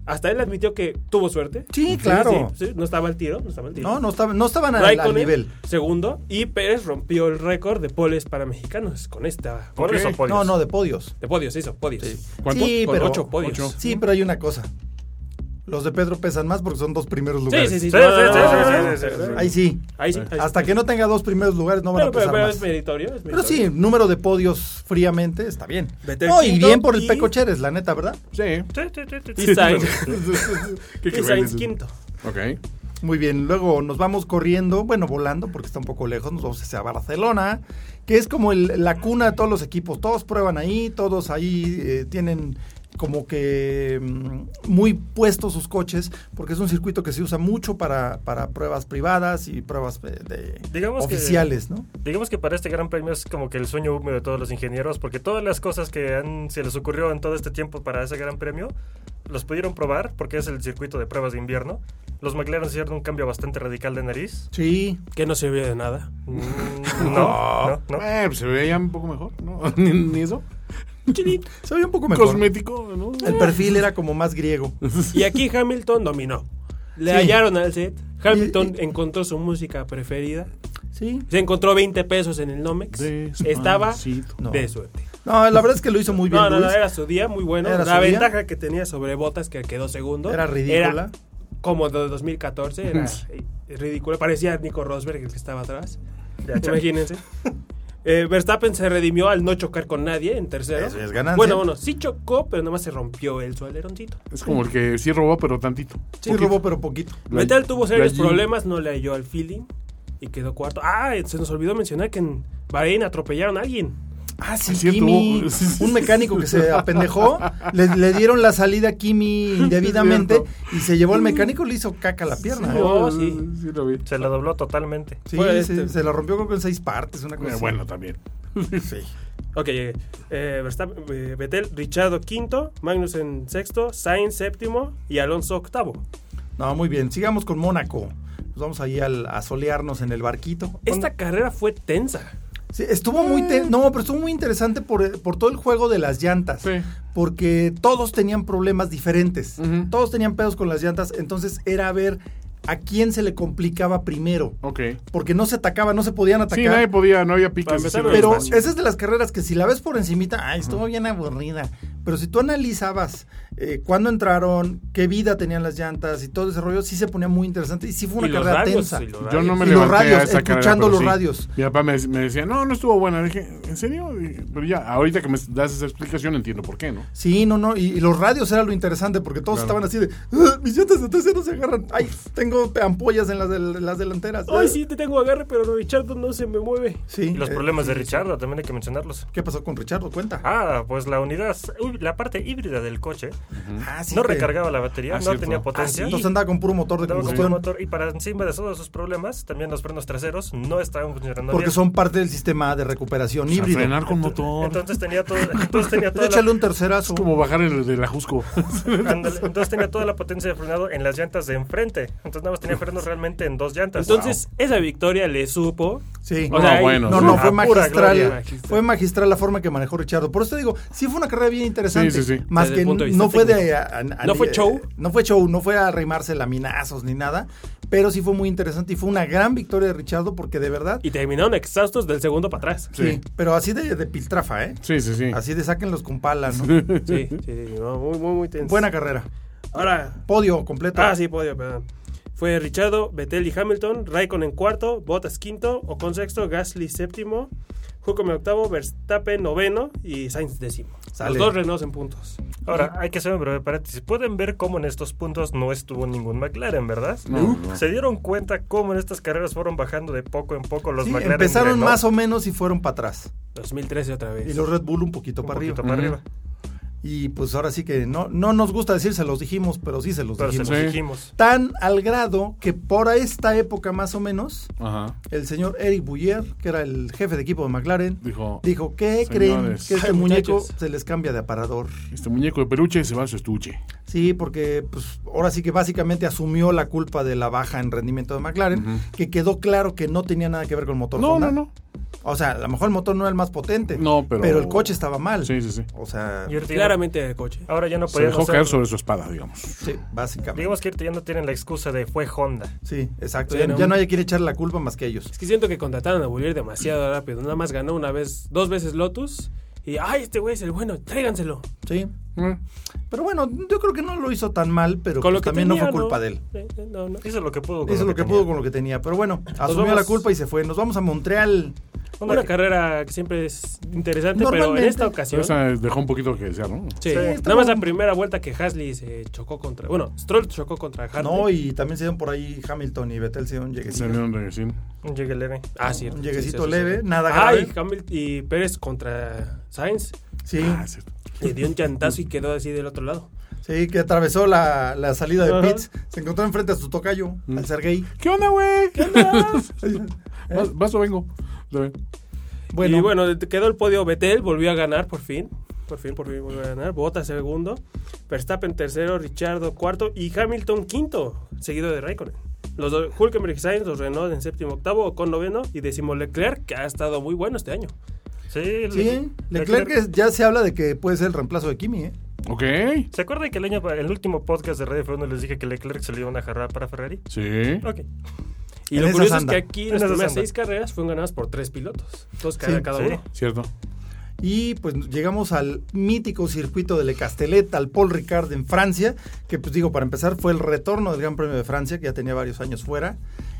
Speaker 4: hasta él admitió que tuvo suerte.
Speaker 2: Sí, claro.
Speaker 4: sí, sí, no estaba al tiro, no estaba al tiro.
Speaker 2: No, no, estaba, no estaban al- al,
Speaker 4: Raikkonen,
Speaker 2: nivel.
Speaker 4: segundo, y Pérez rompió el récord de poles para mexicanos con esta.
Speaker 5: Por eso,
Speaker 3: Ok.
Speaker 5: polios.
Speaker 2: No, no, de podios.
Speaker 4: De podios, hizo, podios.
Speaker 3: ¿Cuántos?
Speaker 2: Sí,
Speaker 4: Con
Speaker 2: pero,
Speaker 4: ocho podios.
Speaker 3: Ocho.
Speaker 2: sí, pero hay una cosa. Los de Pedro pesan más porque son dos primeros lugares.
Speaker 4: sí, sí,
Speaker 5: Sí,
Speaker 4: no,
Speaker 5: sí,
Speaker 4: no,
Speaker 5: sí,
Speaker 4: no,
Speaker 5: sí, sí,
Speaker 4: no, no,
Speaker 5: sí,
Speaker 4: no,
Speaker 5: sí,
Speaker 4: no,
Speaker 2: Ahí sí.
Speaker 4: Ahí sí. ahí sí.
Speaker 2: Hasta que no tenga dos primeros lugares no van
Speaker 4: Pero,
Speaker 2: a pesar
Speaker 4: pero, pero
Speaker 2: más.
Speaker 4: es meritorio. es
Speaker 2: Pero sí,
Speaker 4: meritorio.
Speaker 2: número de podios fríamente está bien.
Speaker 4: Vettel
Speaker 2: no, y
Speaker 4: quinto
Speaker 2: bien por el
Speaker 4: y-
Speaker 2: Peco Pérez, la neta, ¿verdad?
Speaker 3: Sí.
Speaker 5: Sí, sí, sí, sí.
Speaker 4: Y Sainz.
Speaker 3: *laughs* ¿Qué
Speaker 4: Y Sainz quinto.
Speaker 3: Ok.
Speaker 2: Muy bien, luego nos vamos corriendo, bueno, volando porque está un poco lejos, nos vamos hacia Barcelona, que es como el- la cuna de todos los equipos, todos prueban ahí, todos ahí eh, tienen como que mm, muy puestos sus coches, porque es un circuito que se usa mucho para, para pruebas privadas y pruebas eh, de,
Speaker 5: Digamos que-
Speaker 2: oficiales, ¿no?
Speaker 5: Digamos que para este gran premio es como que el sueño húmedo de todos los ingenieros, porque todas las cosas que han- se les ocurrió en todo este tiempo para ese gran premio, los pudieron probar, porque es el circuito de pruebas de invierno. Los McLaren hicieron un cambio bastante radical de
Speaker 2: *laughs*
Speaker 5: nariz.
Speaker 2: Sí,
Speaker 4: Que no sirvió de nada.
Speaker 5: Mm, No, no, no.
Speaker 3: Eh, pues se veía un poco mejor, ¿no? *laughs* Ni, ni eso. *laughs*
Speaker 2: se veía un poco mejor.
Speaker 3: Cosmético, ¿no?
Speaker 2: El perfil era como más griego.
Speaker 4: Y aquí Hamilton dominó. Le
Speaker 2: Sí.
Speaker 4: hallaron al set. Hamilton
Speaker 2: Y- y-
Speaker 4: encontró su música preferida.
Speaker 2: Sí.
Speaker 4: Se encontró 20 pesos en el Nomex.
Speaker 3: Despacito.
Speaker 4: Estaba
Speaker 2: No.
Speaker 4: de suerte.
Speaker 2: No, la verdad es que lo hizo muy bien.
Speaker 4: No, no, no,
Speaker 2: Luis.
Speaker 4: era su día muy bueno.
Speaker 2: Era
Speaker 4: la
Speaker 2: su día.
Speaker 4: ventaja que tenía sobre Botas, que quedó segundo,
Speaker 2: Era ridícula.
Speaker 4: era como de 2014, era eh, ridícula. Parecía Nico Rosberg el que estaba atrás.
Speaker 2: *laughs*
Speaker 4: Imagínense. Eh, Verstappen se redimió al no chocar con nadie en tercero.
Speaker 2: Eso ya es ganancia.
Speaker 4: Bueno, bueno, sí chocó, pero nomás se rompió el su aleroncito.
Speaker 3: Es como el que sí robó, pero tantito.
Speaker 2: Sí,
Speaker 3: Poquito.
Speaker 2: robó, pero poquito.
Speaker 3: La-
Speaker 4: Vettel tuvo serios
Speaker 3: la-
Speaker 4: problemas, no le halló al feeling y quedó cuarto. Ah, se nos olvidó mencionar que en Bahrein atropellaron a alguien.
Speaker 2: Ah, sí,
Speaker 3: Es cierto,
Speaker 2: Kimi,
Speaker 3: hubo- *laughs* sí, sí,
Speaker 2: un
Speaker 3: sí,
Speaker 2: mecánico que se apendejó, le, le dieron la salida a
Speaker 3: *laughs*
Speaker 2: Kimi indebidamente
Speaker 3: cierto.
Speaker 2: y se llevó al mecánico, le hizo caca la pierna.
Speaker 4: Sí,
Speaker 2: ¿eh?
Speaker 4: No, Oh, sí.
Speaker 3: Sí, lo vi.
Speaker 5: Se la dobló totalmente.
Speaker 2: Sí,
Speaker 4: Bueno,
Speaker 2: sí,
Speaker 4: este-
Speaker 2: se la rompió creo que en seis partes, una cosa
Speaker 3: Eh,
Speaker 2: así.
Speaker 3: bueno, también.
Speaker 2: *laughs* Sí.
Speaker 4: Ok, eh, eh, Verstappen, eh, Vettel, Richardo quinto, Magnussen sexto, Sainz séptimo y Alonso octavo.
Speaker 2: No, muy bien, sigamos con Mónaco. Nos vamos ahí al- a solearnos en el barquito.
Speaker 4: Esta carrera fue tensa.
Speaker 2: Sí, estuvo muy
Speaker 3: Mm.
Speaker 2: ten- no, pero estuvo muy interesante por, eh, por todo el juego de las llantas.
Speaker 3: Sí.
Speaker 2: Porque todos tenían problemas diferentes.
Speaker 3: Ujú.
Speaker 2: Todos tenían pedos con las llantas. Entonces era ver a quién se le complicaba primero.
Speaker 3: Ok.
Speaker 2: Porque no se atacaba, no se podían
Speaker 3: Sí, nadie
Speaker 2: atacar.
Speaker 3: podía, no había piques.
Speaker 4: Para empezar,
Speaker 3: sí,
Speaker 4: pero-
Speaker 2: pero
Speaker 3: no.
Speaker 2: esa es de las carreras que si la ves por encimita, ay, estuvo bien aburrida. Pero si tú analizabas eh, cuándo entraron, qué vida tenían las llantas y todo ese rollo, sí se ponía muy interesante. Y sí fue una
Speaker 4: Y los
Speaker 2: carrera
Speaker 4: radios,
Speaker 2: tensa.
Speaker 4: y los
Speaker 3: Yo
Speaker 4: radios.
Speaker 3: no me
Speaker 2: Y los
Speaker 3: levanté a
Speaker 2: radios,
Speaker 3: esa carrera,
Speaker 2: escuchando
Speaker 3: pero
Speaker 2: los
Speaker 3: sí.
Speaker 2: radios.
Speaker 3: Mi papá me, me decía, no, no estuvo buena. Le dije, ¿en serio? Y- Pero ya, ahorita que me das esa explicación entiendo por qué, ¿no?
Speaker 2: Sí, no, no. Y, y los radios era lo interesante porque todos
Speaker 3: Claro.
Speaker 2: estaban así de "Ah, mis llantas de trasero se agarran. Ay, tengo ampollas en las, del- las delanteras.
Speaker 4: Hoy sí te tengo agarre, pero Richardo no se me mueve.
Speaker 2: Sí,
Speaker 5: Y los
Speaker 2: eh,
Speaker 5: problemas de Richardo también hay que mencionarlos.
Speaker 2: ¿Qué pasó con Richardo? Cuenta.
Speaker 5: Ah, pues la unidad, uy, la parte híbrida del coche,
Speaker 2: Ah, sí
Speaker 5: no
Speaker 2: que-
Speaker 5: recargaba la batería,
Speaker 3: Ah,
Speaker 5: no
Speaker 3: cierto.
Speaker 5: tenía
Speaker 3: Ah,
Speaker 5: potencia.
Speaker 2: Entonces andaba con puro motor de
Speaker 5: Estaba con puro
Speaker 2: combustión.
Speaker 5: motor y para encima de todos sus problemas, también los frenos traseros no estaban funcionando
Speaker 2: Porque
Speaker 5: bien.
Speaker 2: son parte del sistema de recuperación
Speaker 3: A
Speaker 2: híbrido.
Speaker 3: frenar con motor.
Speaker 5: Entonces tenía todo, entonces
Speaker 2: *laughs*
Speaker 5: tenía toda
Speaker 2: Échale
Speaker 5: la,
Speaker 2: un tercerazo.
Speaker 3: es como bajar el de la
Speaker 4: *laughs*
Speaker 3: Jusco.
Speaker 5: ándale, entonces tenía toda la potencia de frenado en las llantas de enfrente. Entonces nada más tenía frenos realmente en dos llantas.
Speaker 4: Entonces, esa victoria le supo.
Speaker 2: Sí.
Speaker 4: O sea,
Speaker 3: no, bueno.
Speaker 2: no, no,
Speaker 3: sí.
Speaker 2: fue
Speaker 5: Ah, pura gloria,
Speaker 2: magistral.
Speaker 4: magistral.
Speaker 2: Fue magistral la forma que manejó Richardo. Por eso te digo, sí fue una carrera bien interesante.
Speaker 3: Sí, sí, sí.
Speaker 2: Más
Speaker 4: Desde
Speaker 2: que
Speaker 4: el punto de vista
Speaker 2: no fue de.
Speaker 4: técnico.
Speaker 2: a- a-
Speaker 4: ¿No fue
Speaker 2: eh,
Speaker 4: show?
Speaker 2: No fue show, no fue a arrimarse laminazos ni nada. Pero sí fue muy interesante y fue una gran victoria de Richardo porque de verdad.
Speaker 4: Y terminaron exhaustos del segundo para atrás.
Speaker 2: sí. Pero así de, de piltrafa, ¿eh?
Speaker 3: Sí, sí, sí. *laughs*
Speaker 2: Así de sáquenlos con pala, ¿no?
Speaker 4: Sí, sí, sí, no, muy, muy, muy tenso.
Speaker 2: Buena carrera.
Speaker 4: Ahora,
Speaker 2: Podio completo.
Speaker 4: ah, sí, podio, perdón. Fue Richardo, Vettel y Hamilton, Raikkonen cuarto, Bottas quinto, Ocon sexto, Gasly séptimo, Huckme octavo, Verstappen noveno y Sainz décimo.
Speaker 2: Sale.
Speaker 4: Los dos Renaults en puntos.
Speaker 5: Ahora, hay que hacer un breve paréntesis. Pueden ver cómo en estos puntos no estuvo ningún McLaren, ¿verdad?
Speaker 3: No, no.
Speaker 5: Se dieron cuenta cómo en estas carreras fueron bajando de poco en poco los
Speaker 2: Sí,
Speaker 5: McLaren.
Speaker 2: empezaron más o menos y fueron para atrás.
Speaker 4: 2013 otra vez.
Speaker 2: Y los Red Bull un poquito para arriba.
Speaker 5: para arriba.
Speaker 2: Y pues ahora sí que no, no nos gusta decir se los dijimos, pero sí se los
Speaker 5: Pero se
Speaker 2: dijimos.
Speaker 5: los
Speaker 3: Sí.
Speaker 5: dijimos.
Speaker 2: Tan al grado que por esta época más o menos,
Speaker 3: Ajá.
Speaker 2: el señor Eric Bouyer, que era el jefe de equipo de McLaren,
Speaker 3: Dijo,
Speaker 2: dijo, ¿qué
Speaker 3: Señores.
Speaker 2: creen que este
Speaker 4: Ay,
Speaker 2: muñeco
Speaker 4: muchachos.
Speaker 2: se les cambia de aparador?
Speaker 3: este muñeco de peluche se va a su estuche.
Speaker 2: Sí, porque pues ahora sí que básicamente asumió la culpa de la baja en rendimiento de McLaren, que quedó claro que no tenía nada que ver con el motor.
Speaker 3: No,
Speaker 2: Honda.
Speaker 3: no, no.
Speaker 2: O sea, a lo mejor el motor no era el más potente,
Speaker 3: No, pero-
Speaker 2: el coche estaba mal.
Speaker 3: Sí, sí, sí.
Speaker 2: O sea,
Speaker 5: Y ahorita ya no-
Speaker 4: Claramente el coche.
Speaker 5: ahora ya no
Speaker 3: Se dejó
Speaker 5: podíamos
Speaker 3: caer sobre su espada, digamos.
Speaker 2: sí, básicamente.
Speaker 5: Digamos que ahorita ya no tienen la excusa de fue Honda.
Speaker 2: Sí, exacto.
Speaker 4: Sí,
Speaker 2: ya,
Speaker 4: no.
Speaker 2: ya nadie quiere echar la culpa más que ellos.
Speaker 4: Es que siento que contrataron a Bullier demasiado rápido. Nada más ganó una vez, dos veces Lotus. Y, ay, este güey es el bueno, tráiganselo.
Speaker 2: Sí.
Speaker 4: Mm.
Speaker 3: Eh,
Speaker 2: Pero bueno, yo creo que no lo hizo tan mal, pero
Speaker 4: Con lo
Speaker 2: pues
Speaker 4: que
Speaker 2: también
Speaker 4: tenía,
Speaker 2: no fue culpa de él.
Speaker 4: Eh, eh, no, no.
Speaker 5: Hizo lo que pudo. con
Speaker 2: Hizo lo que
Speaker 5: tenía.
Speaker 2: pudo con lo que tenía, pero bueno, asumió
Speaker 4: vamos.
Speaker 2: la culpa y se fue. Nos vamos a Montreal.
Speaker 4: Una carrera que siempre es interesante, pero en
Speaker 2: Normalmente.
Speaker 4: esta ocasión.
Speaker 3: Esa dejó un poquito que desear, ¿no?
Speaker 4: Sí,
Speaker 5: Sí,
Speaker 4: nada
Speaker 2: estaba-
Speaker 4: más la primera vuelta que Hasley se chocó contra. Bueno, Stroll chocó contra Hartley.
Speaker 2: No, y también se dieron por ahí Hamilton y Vettel se dieron lleguecito.
Speaker 3: Se dieron regresín.
Speaker 5: Un llegue leve.
Speaker 4: Ah, cierto.
Speaker 2: Un
Speaker 4: sí,
Speaker 2: lleguecito
Speaker 4: sí, sí,
Speaker 2: leve,
Speaker 4: sí.
Speaker 2: nada
Speaker 4: Ah,
Speaker 2: grave.
Speaker 4: y Hamil- y Pérez contra Sainz
Speaker 2: Sí,
Speaker 3: Ah, sí.
Speaker 2: *laughs*
Speaker 4: le dio un llantazo y quedó así del otro lado.
Speaker 2: sí, que atravesó la, la salida de
Speaker 4: Ajá.
Speaker 2: pits. Se encontró enfrente a su tocayo,
Speaker 3: Mm.
Speaker 2: al Sergey.
Speaker 3: ¿Qué onda, güey? ¿Qué
Speaker 2: *laughs*
Speaker 3: onda? *laughs* ¿Vas, vas o vengo? Dale.
Speaker 4: Y bueno, quedó el podio Betel, volvió a ganar por fin. Por fin, por fin volvió a ganar. Bota segundo, Verstappen tercero, Richardo cuarto y Hamilton quinto, seguido de Raikkonen. Los dos, Hulkenberg y Sainz, los Renault en séptimo, octavo, con noveno y décimo Leclerc, que ha estado muy bueno este año.
Speaker 5: Sí,
Speaker 2: Sí, Leclerc es- ya se habla de que puede ser el reemplazo de Kimi, ¿eh?
Speaker 3: Ok.
Speaker 5: ¿Se acuerdan que el año, el último podcast de Radio F1 les dije que Leclerc se le iba a una jarrada para Ferrari?
Speaker 3: Sí.
Speaker 5: Ok.
Speaker 4: Y
Speaker 2: En
Speaker 4: lo
Speaker 2: esas
Speaker 4: curioso
Speaker 2: anda.
Speaker 4: es que aquí
Speaker 5: En
Speaker 4: las
Speaker 5: esas
Speaker 4: primeras
Speaker 5: anda.
Speaker 4: seis carreras fueron ganadas por tres pilotos. Dos cada,
Speaker 2: Sí,
Speaker 4: cada
Speaker 5: sí.
Speaker 4: uno.
Speaker 3: Cierto.
Speaker 2: Y pues llegamos al mítico circuito de Le Castellet, al Paul Ricard en Francia, que pues digo, para empezar, fue el retorno del Gran Premio de Francia, que ya tenía varios años fuera.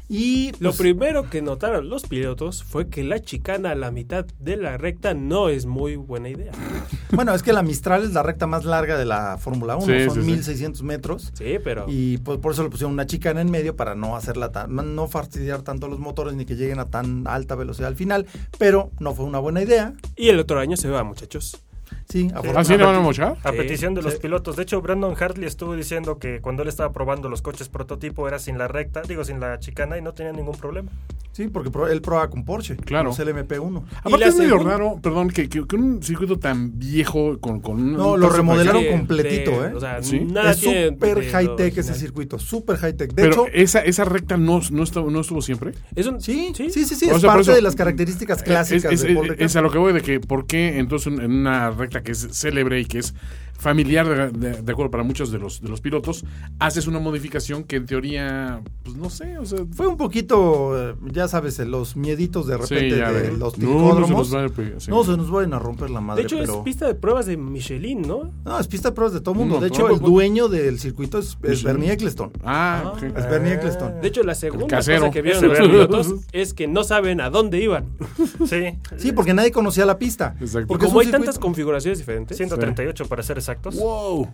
Speaker 2: Y
Speaker 4: Lo
Speaker 2: pues,
Speaker 4: primero que notaron los pilotos fue que la chicana a la mitad de la recta no es muy buena idea.
Speaker 2: *laughs* bueno, es que la Mistral es la recta más larga de la Fórmula 1,
Speaker 3: Sí,
Speaker 2: son
Speaker 3: sí, sí.
Speaker 2: 1600 metros.
Speaker 4: Sí, pero...
Speaker 2: Y pues por eso le pusieron una chicana en medio para no hacerla tan, no fastidiar tanto los motores ni que lleguen a tan alta velocidad al final, pero no fue una buena idea.
Speaker 4: Y el otro año se va, muchachos.
Speaker 2: Sí,
Speaker 3: ¿Ah, sí le van a mochar?
Speaker 5: A
Speaker 4: Sí,
Speaker 5: petición de los
Speaker 4: sí.
Speaker 5: pilotos. De hecho, Brandon Hartley estuvo diciendo que cuando él estaba probando los coches prototipo era sin la recta, digo, sin la chicana y no tenía ningún problema.
Speaker 4: *laughs*
Speaker 2: Sí, porque pro- él probaba con Porsche.
Speaker 3: Claro.
Speaker 2: Es el MP1.
Speaker 3: Aparte
Speaker 4: la
Speaker 3: es medio
Speaker 4: segunda-
Speaker 3: raro, perdón, que, que- que un circuito tan viejo con, con un-
Speaker 2: No,
Speaker 3: un
Speaker 2: lo
Speaker 3: paso
Speaker 2: remodelaron
Speaker 3: para
Speaker 4: Sí,
Speaker 2: completito,
Speaker 4: de-
Speaker 2: ¿eh?
Speaker 4: O sea,
Speaker 3: Sí.
Speaker 4: nada
Speaker 2: es
Speaker 4: tiene
Speaker 2: súper
Speaker 4: de lo
Speaker 2: high tech ese
Speaker 4: original.
Speaker 2: circuito, súper high tech. De
Speaker 3: allá. Pero
Speaker 2: hecho,
Speaker 3: esa, esa recta no, no, estuvo, no estuvo siempre.
Speaker 4: Es un-
Speaker 2: sí, sí, sí, sí,
Speaker 3: O
Speaker 2: es
Speaker 3: sea, por
Speaker 2: parte
Speaker 3: eso-
Speaker 2: de las características clásicas
Speaker 3: Eh, es, es-
Speaker 2: de Paul
Speaker 3: es-
Speaker 2: Ricard.
Speaker 3: es a lo que voy de que, ¿por qué entonces en una recta que es célebre y que es familiar, de, de- de acuerdo, para muchos de los, de los pilotos, haces una modificación que en teoría, pues no sé, o sea,
Speaker 2: Fue un poquito, eh, ya sabes, eh, los mieditos de repente
Speaker 3: Sí, ya
Speaker 2: de
Speaker 3: ve.
Speaker 2: los
Speaker 3: No, no se nos
Speaker 2: picódromos.
Speaker 3: va a pe- sí.
Speaker 2: No, se nos vayan a romper la madre,
Speaker 4: de hecho,
Speaker 2: pero...
Speaker 4: es pista de pruebas de Michelin, ¿no?
Speaker 2: No, es pista de pruebas de todo mundo.
Speaker 3: No,
Speaker 2: de
Speaker 3: todo
Speaker 2: hecho, el
Speaker 4: pues,
Speaker 3: mundo.
Speaker 2: dueño del circuito es, es Bernie Eccleston.
Speaker 3: Ah, ok.
Speaker 2: Es Bernie Eccleston.
Speaker 4: De hecho, la segunda
Speaker 3: casero.
Speaker 4: cosa que
Speaker 5: Ese
Speaker 4: vieron los
Speaker 5: verde.
Speaker 4: pilotos es que no saben a dónde iban.
Speaker 5: Sí.
Speaker 2: Sí, porque nadie conocía la pista.
Speaker 3: Exacto.
Speaker 2: Porque es
Speaker 4: Como
Speaker 2: un
Speaker 4: hay tantas
Speaker 2: circuito-
Speaker 4: configuraciones diferentes.
Speaker 5: 138 para ser exactos.
Speaker 3: Wow.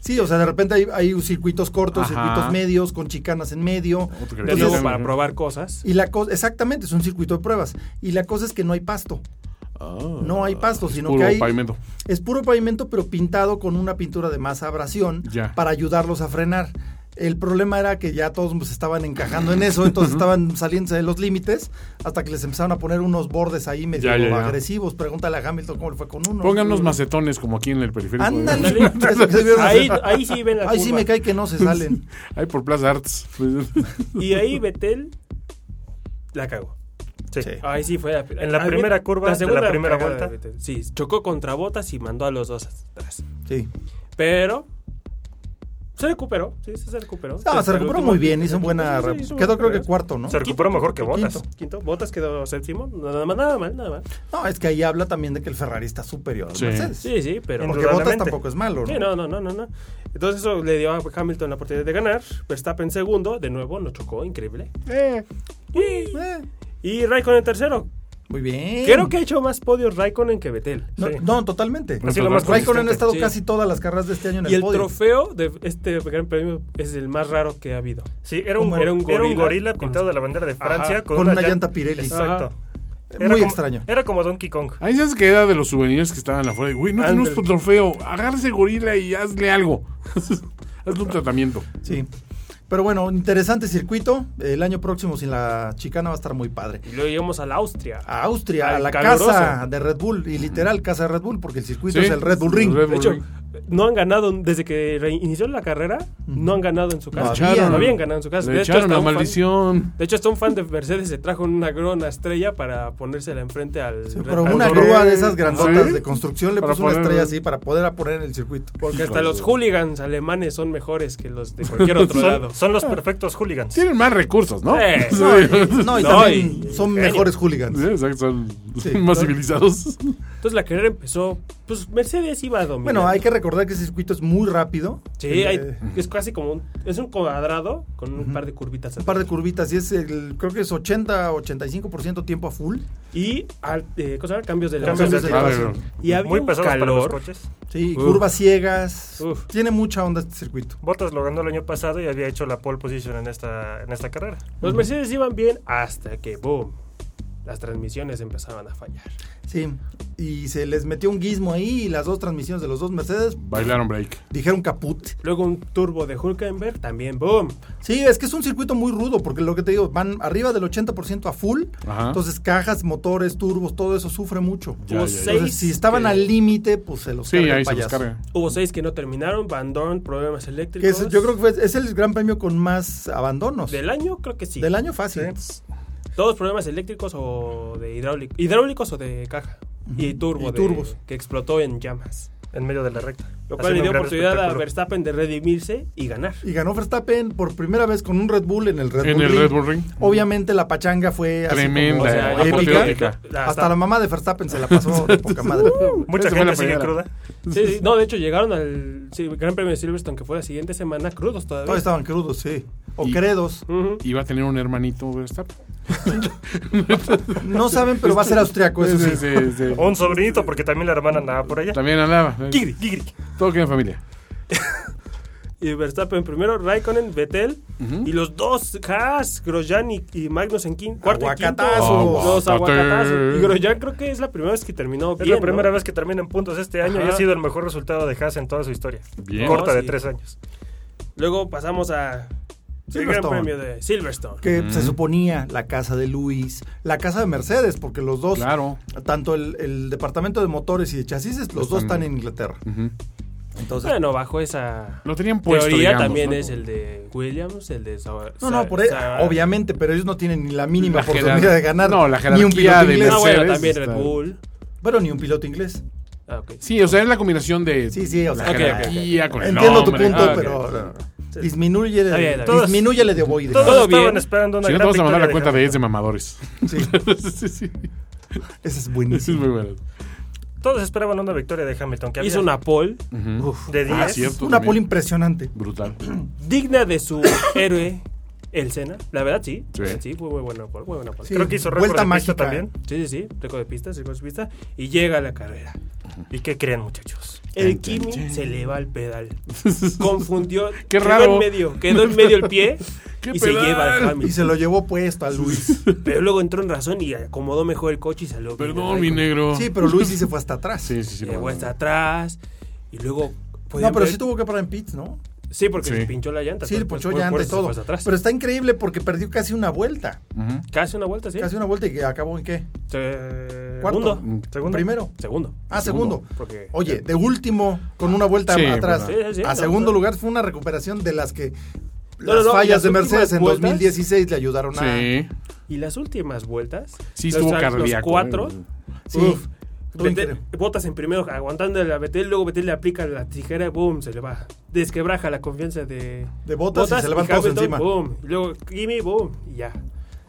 Speaker 2: Sí, o sea, de repente hay, hay circuitos cortos,
Speaker 3: Ajá.
Speaker 2: circuitos medios, con chicanas en medio.
Speaker 3: Otro
Speaker 4: De
Speaker 3: Entonces-
Speaker 4: nuevo, para probar cosas.
Speaker 2: Y la cosa, exactamente, es un circuito de pruebas. Y la cosa es que no hay pasto.
Speaker 3: Ah.
Speaker 2: No hay pasto, sino
Speaker 3: Puro
Speaker 2: que hay.
Speaker 3: pavimento.
Speaker 2: Es puro pavimento, pero pintado con una pintura de más abrasión
Speaker 3: Ya.
Speaker 2: para ayudarlos a frenar. El problema era que ya todos pues, estaban encajando en eso, entonces estaban saliéndose de los límites hasta que les empezaron a poner unos bordes ahí medio
Speaker 3: Ya, ya, ya.
Speaker 2: agresivos. Pregúntale a Hamilton cómo le fue con uno.
Speaker 3: Pongan unos macetones como aquí en el periférico. ¿eh?
Speaker 2: Ándale. *laughs*
Speaker 4: Ándale.
Speaker 2: Es lo que debieron
Speaker 4: Ahí,
Speaker 2: hacer.
Speaker 4: ahí sí ven la
Speaker 2: Ahí sí
Speaker 4: curva.
Speaker 2: me cae que no se salen.
Speaker 4: *laughs*
Speaker 3: Ahí por Plaza Arts. *laughs*
Speaker 4: Y ahí Betel la cagó.
Speaker 5: Sí. Ah,
Speaker 2: Sí.
Speaker 4: Ahí sí Ah, fue la,
Speaker 5: En la primera curva de la primera
Speaker 4: cagada
Speaker 5: vuelta.
Speaker 4: de Vettel. Sí, chocó contra Botas y mandó a los dos atrás.
Speaker 2: Sí.
Speaker 4: Pero se recuperó, sí, sí se recuperó.
Speaker 2: No, se
Speaker 4: Hasta el
Speaker 2: recuperó
Speaker 4: último-
Speaker 2: muy bien, hizo buena.
Speaker 4: Sí, sí,
Speaker 2: re-
Speaker 4: hizo
Speaker 2: Quedó
Speaker 4: buena
Speaker 2: creo que
Speaker 4: carrera.
Speaker 2: cuarto, ¿no?
Speaker 5: Se recuperó mejor que
Speaker 2: Quinto.
Speaker 5: Botas.
Speaker 4: Quinto, Botas quedó séptimo, nada mal, nada mal, nada mal.
Speaker 2: No, es que ahí habla también de que el Ferrari está superior al
Speaker 3: Sí.
Speaker 2: Mercedes.
Speaker 4: Sí, sí, pero...
Speaker 2: Porque Bottas
Speaker 5: Indudablemente.
Speaker 2: tampoco es malo, ¿no?
Speaker 4: Sí, no, no, no, no, no. Entonces eso le dio a Hamilton la oportunidad de ganar. Verstappen segundo, de nuevo, no chocó, increíble. Y,
Speaker 2: Eh,
Speaker 4: y Raikkonen tercero.
Speaker 2: muy bien.
Speaker 4: Creo que ha hecho más podios Raikkonen que Vettel.
Speaker 2: No,
Speaker 5: sí.
Speaker 2: no, totalmente.
Speaker 5: Así lo más
Speaker 2: Raikkonen ha estado
Speaker 4: Sí.
Speaker 2: casi todas las carreras de este año en el,
Speaker 4: Y el
Speaker 2: podio.
Speaker 4: trofeo de este gran premio es el más raro que ha habido.
Speaker 5: Sí, era un,
Speaker 4: ¿Cómo era?
Speaker 5: era un gorila,
Speaker 4: Era un gorila
Speaker 5: pintado de la bandera de Francia
Speaker 4: Ajá.
Speaker 5: con,
Speaker 2: Con una
Speaker 5: llan-
Speaker 2: llanta Pirelli.
Speaker 5: Exacto.
Speaker 4: Ajá. Ah,
Speaker 2: Muy
Speaker 5: como-
Speaker 2: extraño.
Speaker 5: Era como Donkey Kong.
Speaker 3: Ahí se que era de los souvenirs que estaban afuera. Güey, no tenemos tu trofeo. Agarra ese gorila y hazle algo. *laughs* Hazle un tratamiento.
Speaker 2: Sí. Pero bueno, interesante circuito. El año próximo sin la chicana va a estar muy padre.
Speaker 4: Y luego llegamos a la Austria.
Speaker 2: A Austria,
Speaker 4: Al
Speaker 2: a la
Speaker 4: caluroso.
Speaker 2: casa de Red Bull. Y literal, casa de Red Bull, porque el circuito
Speaker 3: Sí,
Speaker 2: es el Red Bull Ring.
Speaker 3: el Red Bull
Speaker 4: De hecho,
Speaker 3: Ring.
Speaker 4: no han ganado desde que reinició la carrera, no han ganado en su
Speaker 2: No
Speaker 4: casa.
Speaker 2: había. Echaron-
Speaker 4: no habían ganado en su casa.
Speaker 3: Le
Speaker 4: De hecho,
Speaker 3: echaron
Speaker 4: hasta
Speaker 3: la
Speaker 4: un fan-
Speaker 3: maldición.
Speaker 4: de hecho, hasta un fan de Mercedes se trajo una grona estrella para ponérsela enfrente al.
Speaker 2: Sí,
Speaker 4: Red
Speaker 2: pero
Speaker 4: Bull.
Speaker 2: una
Speaker 3: Sí.
Speaker 2: grúa de esas grandotas
Speaker 3: Sí.
Speaker 2: de construcción le
Speaker 3: Para
Speaker 2: puso una
Speaker 3: poner-
Speaker 2: estrella así para poder poner en el circuito.
Speaker 4: Porque hasta los hooligans alemanes son mejores que los de cualquier otro lado.
Speaker 5: Son, son los perfectos hooligans.
Speaker 3: Tienen más recursos, ¿no?
Speaker 4: Eh,
Speaker 3: *laughs* Sí.
Speaker 4: *laughs* no,
Speaker 2: No, y
Speaker 4: No,
Speaker 2: también
Speaker 4: y-
Speaker 2: son
Speaker 4: genio.
Speaker 2: mejores hooligans.
Speaker 3: Sí, exacto, son
Speaker 2: Sí.
Speaker 3: *laughs* más civilizados.
Speaker 2: *laughs*
Speaker 4: Entonces la carrera empezó. Pues Mercedes iba a dominar.
Speaker 2: Bueno, hay que recordar que ese circuito es muy rápido.
Speaker 4: Sí, hay-
Speaker 2: Eh,
Speaker 4: es casi como un, es un cuadrado con un par de curvitas.
Speaker 2: un par de curvitas y es el, creo que es 80-85% tiempo a full.
Speaker 4: Y al- eh, ¿cómo se llama? cambios de
Speaker 5: Cambios
Speaker 4: lado.
Speaker 5: de
Speaker 3: Ah,
Speaker 2: clase.
Speaker 3: bueno.
Speaker 4: Y había
Speaker 5: Muy
Speaker 4: un
Speaker 5: pesados para los
Speaker 4: calor.
Speaker 5: coches.
Speaker 2: Sí,
Speaker 4: Uf.
Speaker 2: curvas ciegas.
Speaker 4: Uf.
Speaker 2: Tiene mucha onda este circuito.
Speaker 5: Bottas lo ganó el año pasado y había hecho la pole position en esta, en esta carrera.
Speaker 4: Los Mercedes iban bien hasta que, boom, las transmisiones empezaban a fallar.
Speaker 2: Sí. Y se les metió un guismo ahí y las dos transmisiones de los dos Mercedes
Speaker 3: Bailaron break.
Speaker 2: dijeron caput.
Speaker 4: Luego un turbo de Hulkenberg, también, boom.
Speaker 2: Sí, es que es un circuito muy rudo, porque lo que te digo, van arriba del 80% a full.
Speaker 3: Ajá.
Speaker 2: Entonces, cajas, motores, turbos, todo eso sufre mucho.
Speaker 3: Ya, ya, ya.
Speaker 4: hubo seis.
Speaker 2: Entonces, si estaban
Speaker 4: que-
Speaker 2: al límite, pues se los
Speaker 3: Sí,
Speaker 2: carga el
Speaker 3: ahí se los
Speaker 2: payaso.
Speaker 3: carga.
Speaker 4: Hubo seis que no terminaron, Van Dorn, problemas
Speaker 2: Que
Speaker 4: eléctricos.
Speaker 2: es- yo creo que fue- es el gran premio con más abandonos.
Speaker 4: Del año, creo que sí.
Speaker 2: Del año fácil.
Speaker 4: Todos problemas eléctricos o de hidráulicos. Hidráulicos o de caja. Y turbo.
Speaker 2: Y
Speaker 4: de-
Speaker 2: turbos.
Speaker 4: que explotó en llamas.
Speaker 5: En medio de la recta.
Speaker 4: Lo cual
Speaker 5: Haciendo
Speaker 4: le dio
Speaker 5: un gran
Speaker 4: oportunidad a
Speaker 5: espectáculo.
Speaker 4: Verstappen de redimirse y ganar.
Speaker 2: Y ganó Verstappen por primera vez con un Red Bull en el Red
Speaker 3: En
Speaker 2: Bull.
Speaker 3: el
Speaker 2: Ring.
Speaker 3: Red Bull Ring.
Speaker 2: Tremenda. Obviamente la pachanga fue así
Speaker 3: Tremenda,
Speaker 2: como,
Speaker 4: o sea,
Speaker 3: eh,
Speaker 2: épica.
Speaker 3: apoteótica.
Speaker 2: Hasta, la mamá de Verstappen se la pasó
Speaker 3: *laughs*
Speaker 2: de poca
Speaker 4: *laughs*
Speaker 2: madre.
Speaker 5: Mucha
Speaker 3: Esa fue la
Speaker 5: gente sigue
Speaker 3: primera.
Speaker 5: cruda.
Speaker 4: Sí, sí, no, de hecho llegaron al sí, Gran Premio de Silverstone, que fue la siguiente semana, crudos todavía.
Speaker 2: Todos estaban crudos, sí. O
Speaker 3: Y- *laughs*
Speaker 2: credos.
Speaker 4: Ujú.
Speaker 3: Iba a tener un hermanito Verstappen.
Speaker 2: No saben, pero va a ser austriaco, eso sí.
Speaker 3: Sí, sí,
Speaker 2: *laughs*
Speaker 3: sí.
Speaker 5: O un sobrinito, porque también la hermana andaba por allá.
Speaker 3: También andaba.
Speaker 5: Gigri, gigri.
Speaker 3: Todo queda en familia.
Speaker 4: Y Verstappen primero, Raikkonen, Vettel. Y los dos, Haas, Grosjean y, y Magnus en quinto. Cuarto y quinto.
Speaker 2: Aguacatazos.
Speaker 4: Los aguacatazos. Y
Speaker 3: Aguacate.
Speaker 4: Grosjean creo que es la primera vez que terminó
Speaker 5: Es
Speaker 4: bien,
Speaker 5: la primera
Speaker 4: ¿no?
Speaker 5: vez que termina en puntos este año y
Speaker 4: Ajá.
Speaker 5: ha sido el mejor resultado de Haas en toda su historia.
Speaker 3: Bien.
Speaker 5: Corta
Speaker 4: No,
Speaker 5: de
Speaker 4: sí.
Speaker 5: tres años.
Speaker 4: Luego pasamos a el Gran
Speaker 2: Silverstone.
Speaker 4: Premio de Silverstone.
Speaker 2: que se suponía la casa de Luis, la casa de Mercedes, porque los dos,
Speaker 3: Claro.
Speaker 2: tanto el, el departamento de motores y de chasis, los dos están en Inglaterra. Entonces,
Speaker 4: Bueno, bajo esa
Speaker 3: Lo tenían puesto,
Speaker 4: teoría
Speaker 3: digamos,
Speaker 4: también
Speaker 3: ¿no?
Speaker 4: es el de Williams, el de Sa-
Speaker 2: no,
Speaker 4: Sa-
Speaker 2: no, por ahí,
Speaker 4: Sa-
Speaker 2: obviamente, pero ellos no tienen ni la mínima
Speaker 3: La
Speaker 2: oportunidad
Speaker 3: jerar-
Speaker 2: de ganar
Speaker 3: no, la
Speaker 2: ni
Speaker 3: jerarquía
Speaker 2: un piloto
Speaker 3: de
Speaker 2: inglés,
Speaker 4: Ah, bueno,
Speaker 3: Mercedes
Speaker 4: también Red
Speaker 3: está-
Speaker 4: Bull.
Speaker 2: pero ni un piloto inglés.
Speaker 4: Ah, ok.
Speaker 3: Sí, o sea, es la combinación de
Speaker 2: Sí, sí, o
Speaker 3: la
Speaker 2: sea,
Speaker 4: ok,
Speaker 3: jerarquía con el
Speaker 2: entiendo tu
Speaker 3: nombre.
Speaker 2: punto,
Speaker 3: Ah, ok.
Speaker 2: pero ahora, disminuye,
Speaker 4: Está bien, está bien.
Speaker 2: disminuye el de ovoide.
Speaker 5: Todos
Speaker 4: Todo
Speaker 5: estaban
Speaker 4: bien.
Speaker 5: esperando una
Speaker 3: Si no, te
Speaker 5: gran
Speaker 3: vamos a mandar la cuenta
Speaker 5: victoria Haas.
Speaker 2: *laughs*
Speaker 3: de 10 de mamadores.
Speaker 2: Sí,
Speaker 3: *laughs* sí, sí.
Speaker 2: ese es
Speaker 3: Eso es
Speaker 2: buenísimo.
Speaker 3: muy bueno.
Speaker 5: Todos esperaban una victoria de Hamilton. Que
Speaker 4: Hizo
Speaker 5: había
Speaker 4: una pole
Speaker 5: de 10.
Speaker 3: Ah, cierto.
Speaker 2: Una pole
Speaker 3: también.
Speaker 2: impresionante.
Speaker 3: Brutal.
Speaker 4: digna de su *coughs* héroe, el Senna. La verdad, sí.
Speaker 3: Sí.
Speaker 4: Sí, fue muy buena pole. Muy buena pole.
Speaker 2: Sí,
Speaker 5: Creo que hizo récord
Speaker 2: vuelta
Speaker 5: de pista
Speaker 2: mágica.
Speaker 5: también.
Speaker 4: Sí, sí, sí. Récord de pista, récord de pista. Y llega a la carrera.
Speaker 5: ¿Y qué creen, muchachos?
Speaker 4: El
Speaker 3: Chan, chan,
Speaker 4: Kimi
Speaker 3: chan.
Speaker 4: se le va
Speaker 3: *laughs*
Speaker 4: al pedal. Confundió.
Speaker 3: Qué
Speaker 4: Quedó
Speaker 3: raro.
Speaker 4: en medio. Quedó en medio el pie.
Speaker 3: *laughs* Qué
Speaker 4: y se
Speaker 3: pedal.
Speaker 4: lleva al
Speaker 2: Y se
Speaker 4: Hamilton.
Speaker 2: lo llevó puesto
Speaker 3: *laughs*
Speaker 2: a Luis.
Speaker 4: Pero luego entró en razón y acomodó mejor el coche y salió. bien.
Speaker 3: Perdón, mi negro.
Speaker 2: Sí, pero Luis sí se fue hasta atrás.
Speaker 3: Sí, sí, sí. lo
Speaker 4: Llegó
Speaker 3: mandó.
Speaker 4: hasta atrás. Y luego.
Speaker 2: No,
Speaker 4: ¿pueden
Speaker 2: pero
Speaker 4: ver?
Speaker 2: sí tuvo que parar en pits, ¿no?
Speaker 4: Sí, porque
Speaker 3: Sí.
Speaker 4: se pinchó la llanta.
Speaker 2: Sí, le
Speaker 4: pues,
Speaker 2: ponchó
Speaker 4: por- por
Speaker 2: llanta y
Speaker 4: eso se
Speaker 2: todo.
Speaker 4: fue hasta atrás.
Speaker 2: Pero está increíble porque perdió casi una vuelta.
Speaker 3: Ujú.
Speaker 4: Casi una vuelta, sí.
Speaker 2: Casi una vuelta y que acabó en qué?
Speaker 4: Se-
Speaker 2: ¿Cuarto? Mm,
Speaker 4: Segundo.
Speaker 5: Segundo.
Speaker 2: Primero.
Speaker 4: Segundo.
Speaker 2: Ah, segundo.
Speaker 4: Porque-
Speaker 2: Oye, de último, con una vuelta
Speaker 3: Sí,
Speaker 2: atrás.
Speaker 4: pues, sí, sí,
Speaker 2: a
Speaker 4: no,
Speaker 2: segundo
Speaker 4: no.
Speaker 2: lugar fue una recuperación de las que
Speaker 4: No,
Speaker 2: las
Speaker 4: no, no,
Speaker 2: fallas
Speaker 4: las
Speaker 2: de Mercedes
Speaker 4: últimas
Speaker 2: en
Speaker 4: vueltas.
Speaker 2: 2016 le ayudaron a...
Speaker 3: Sí.
Speaker 4: Y las últimas vueltas.
Speaker 3: Sí,
Speaker 4: los-
Speaker 3: estuvo
Speaker 4: los
Speaker 3: cardíaco. eh.
Speaker 4: cuatro.
Speaker 2: Sí.
Speaker 4: Uf.
Speaker 2: Estuvo
Speaker 4: Vettel-
Speaker 2: increíble.
Speaker 4: botas en primero, aguantando la Betel, luego Betel le aplica la tijera y boom, se le va. Desquebraja la confianza de,
Speaker 2: De Bottas y se le van todos
Speaker 4: Hamilton,
Speaker 2: encima.
Speaker 4: boom. Y luego Kimi, boom, y ya.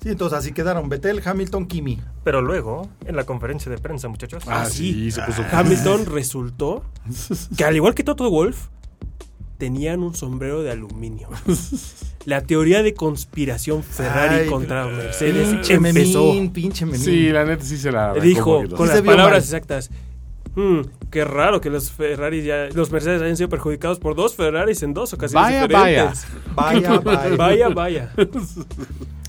Speaker 2: Sí, entonces así quedaron Betel, Hamilton, Kimi.
Speaker 5: Pero luego, en la conferencia de prensa, muchachos.
Speaker 3: Ah, sí, se puso.
Speaker 4: Hamilton resultó que al igual que Toto Wolf, tenían un sombrero
Speaker 3: *laughs*
Speaker 4: de aluminio. La teoría de conspiración Ferrari
Speaker 2: Ay,
Speaker 4: contra Mercedes
Speaker 2: Pinche
Speaker 4: empezó.
Speaker 2: memín, pinche memín.
Speaker 3: Sí, la neta sí se la. arrancó un
Speaker 4: dijo
Speaker 3: poquito.
Speaker 4: con
Speaker 2: Sí
Speaker 4: las
Speaker 2: se vio
Speaker 4: palabras
Speaker 2: mal.
Speaker 4: exactas. "Hmm, qué raro que los Ferraris ya, los Mercedes hayan sido perjudicados por dos Ferraris en dos ocasiones
Speaker 3: Vaya,
Speaker 4: diferentes.
Speaker 2: Vaya, vaya.
Speaker 4: Vaya, vaya.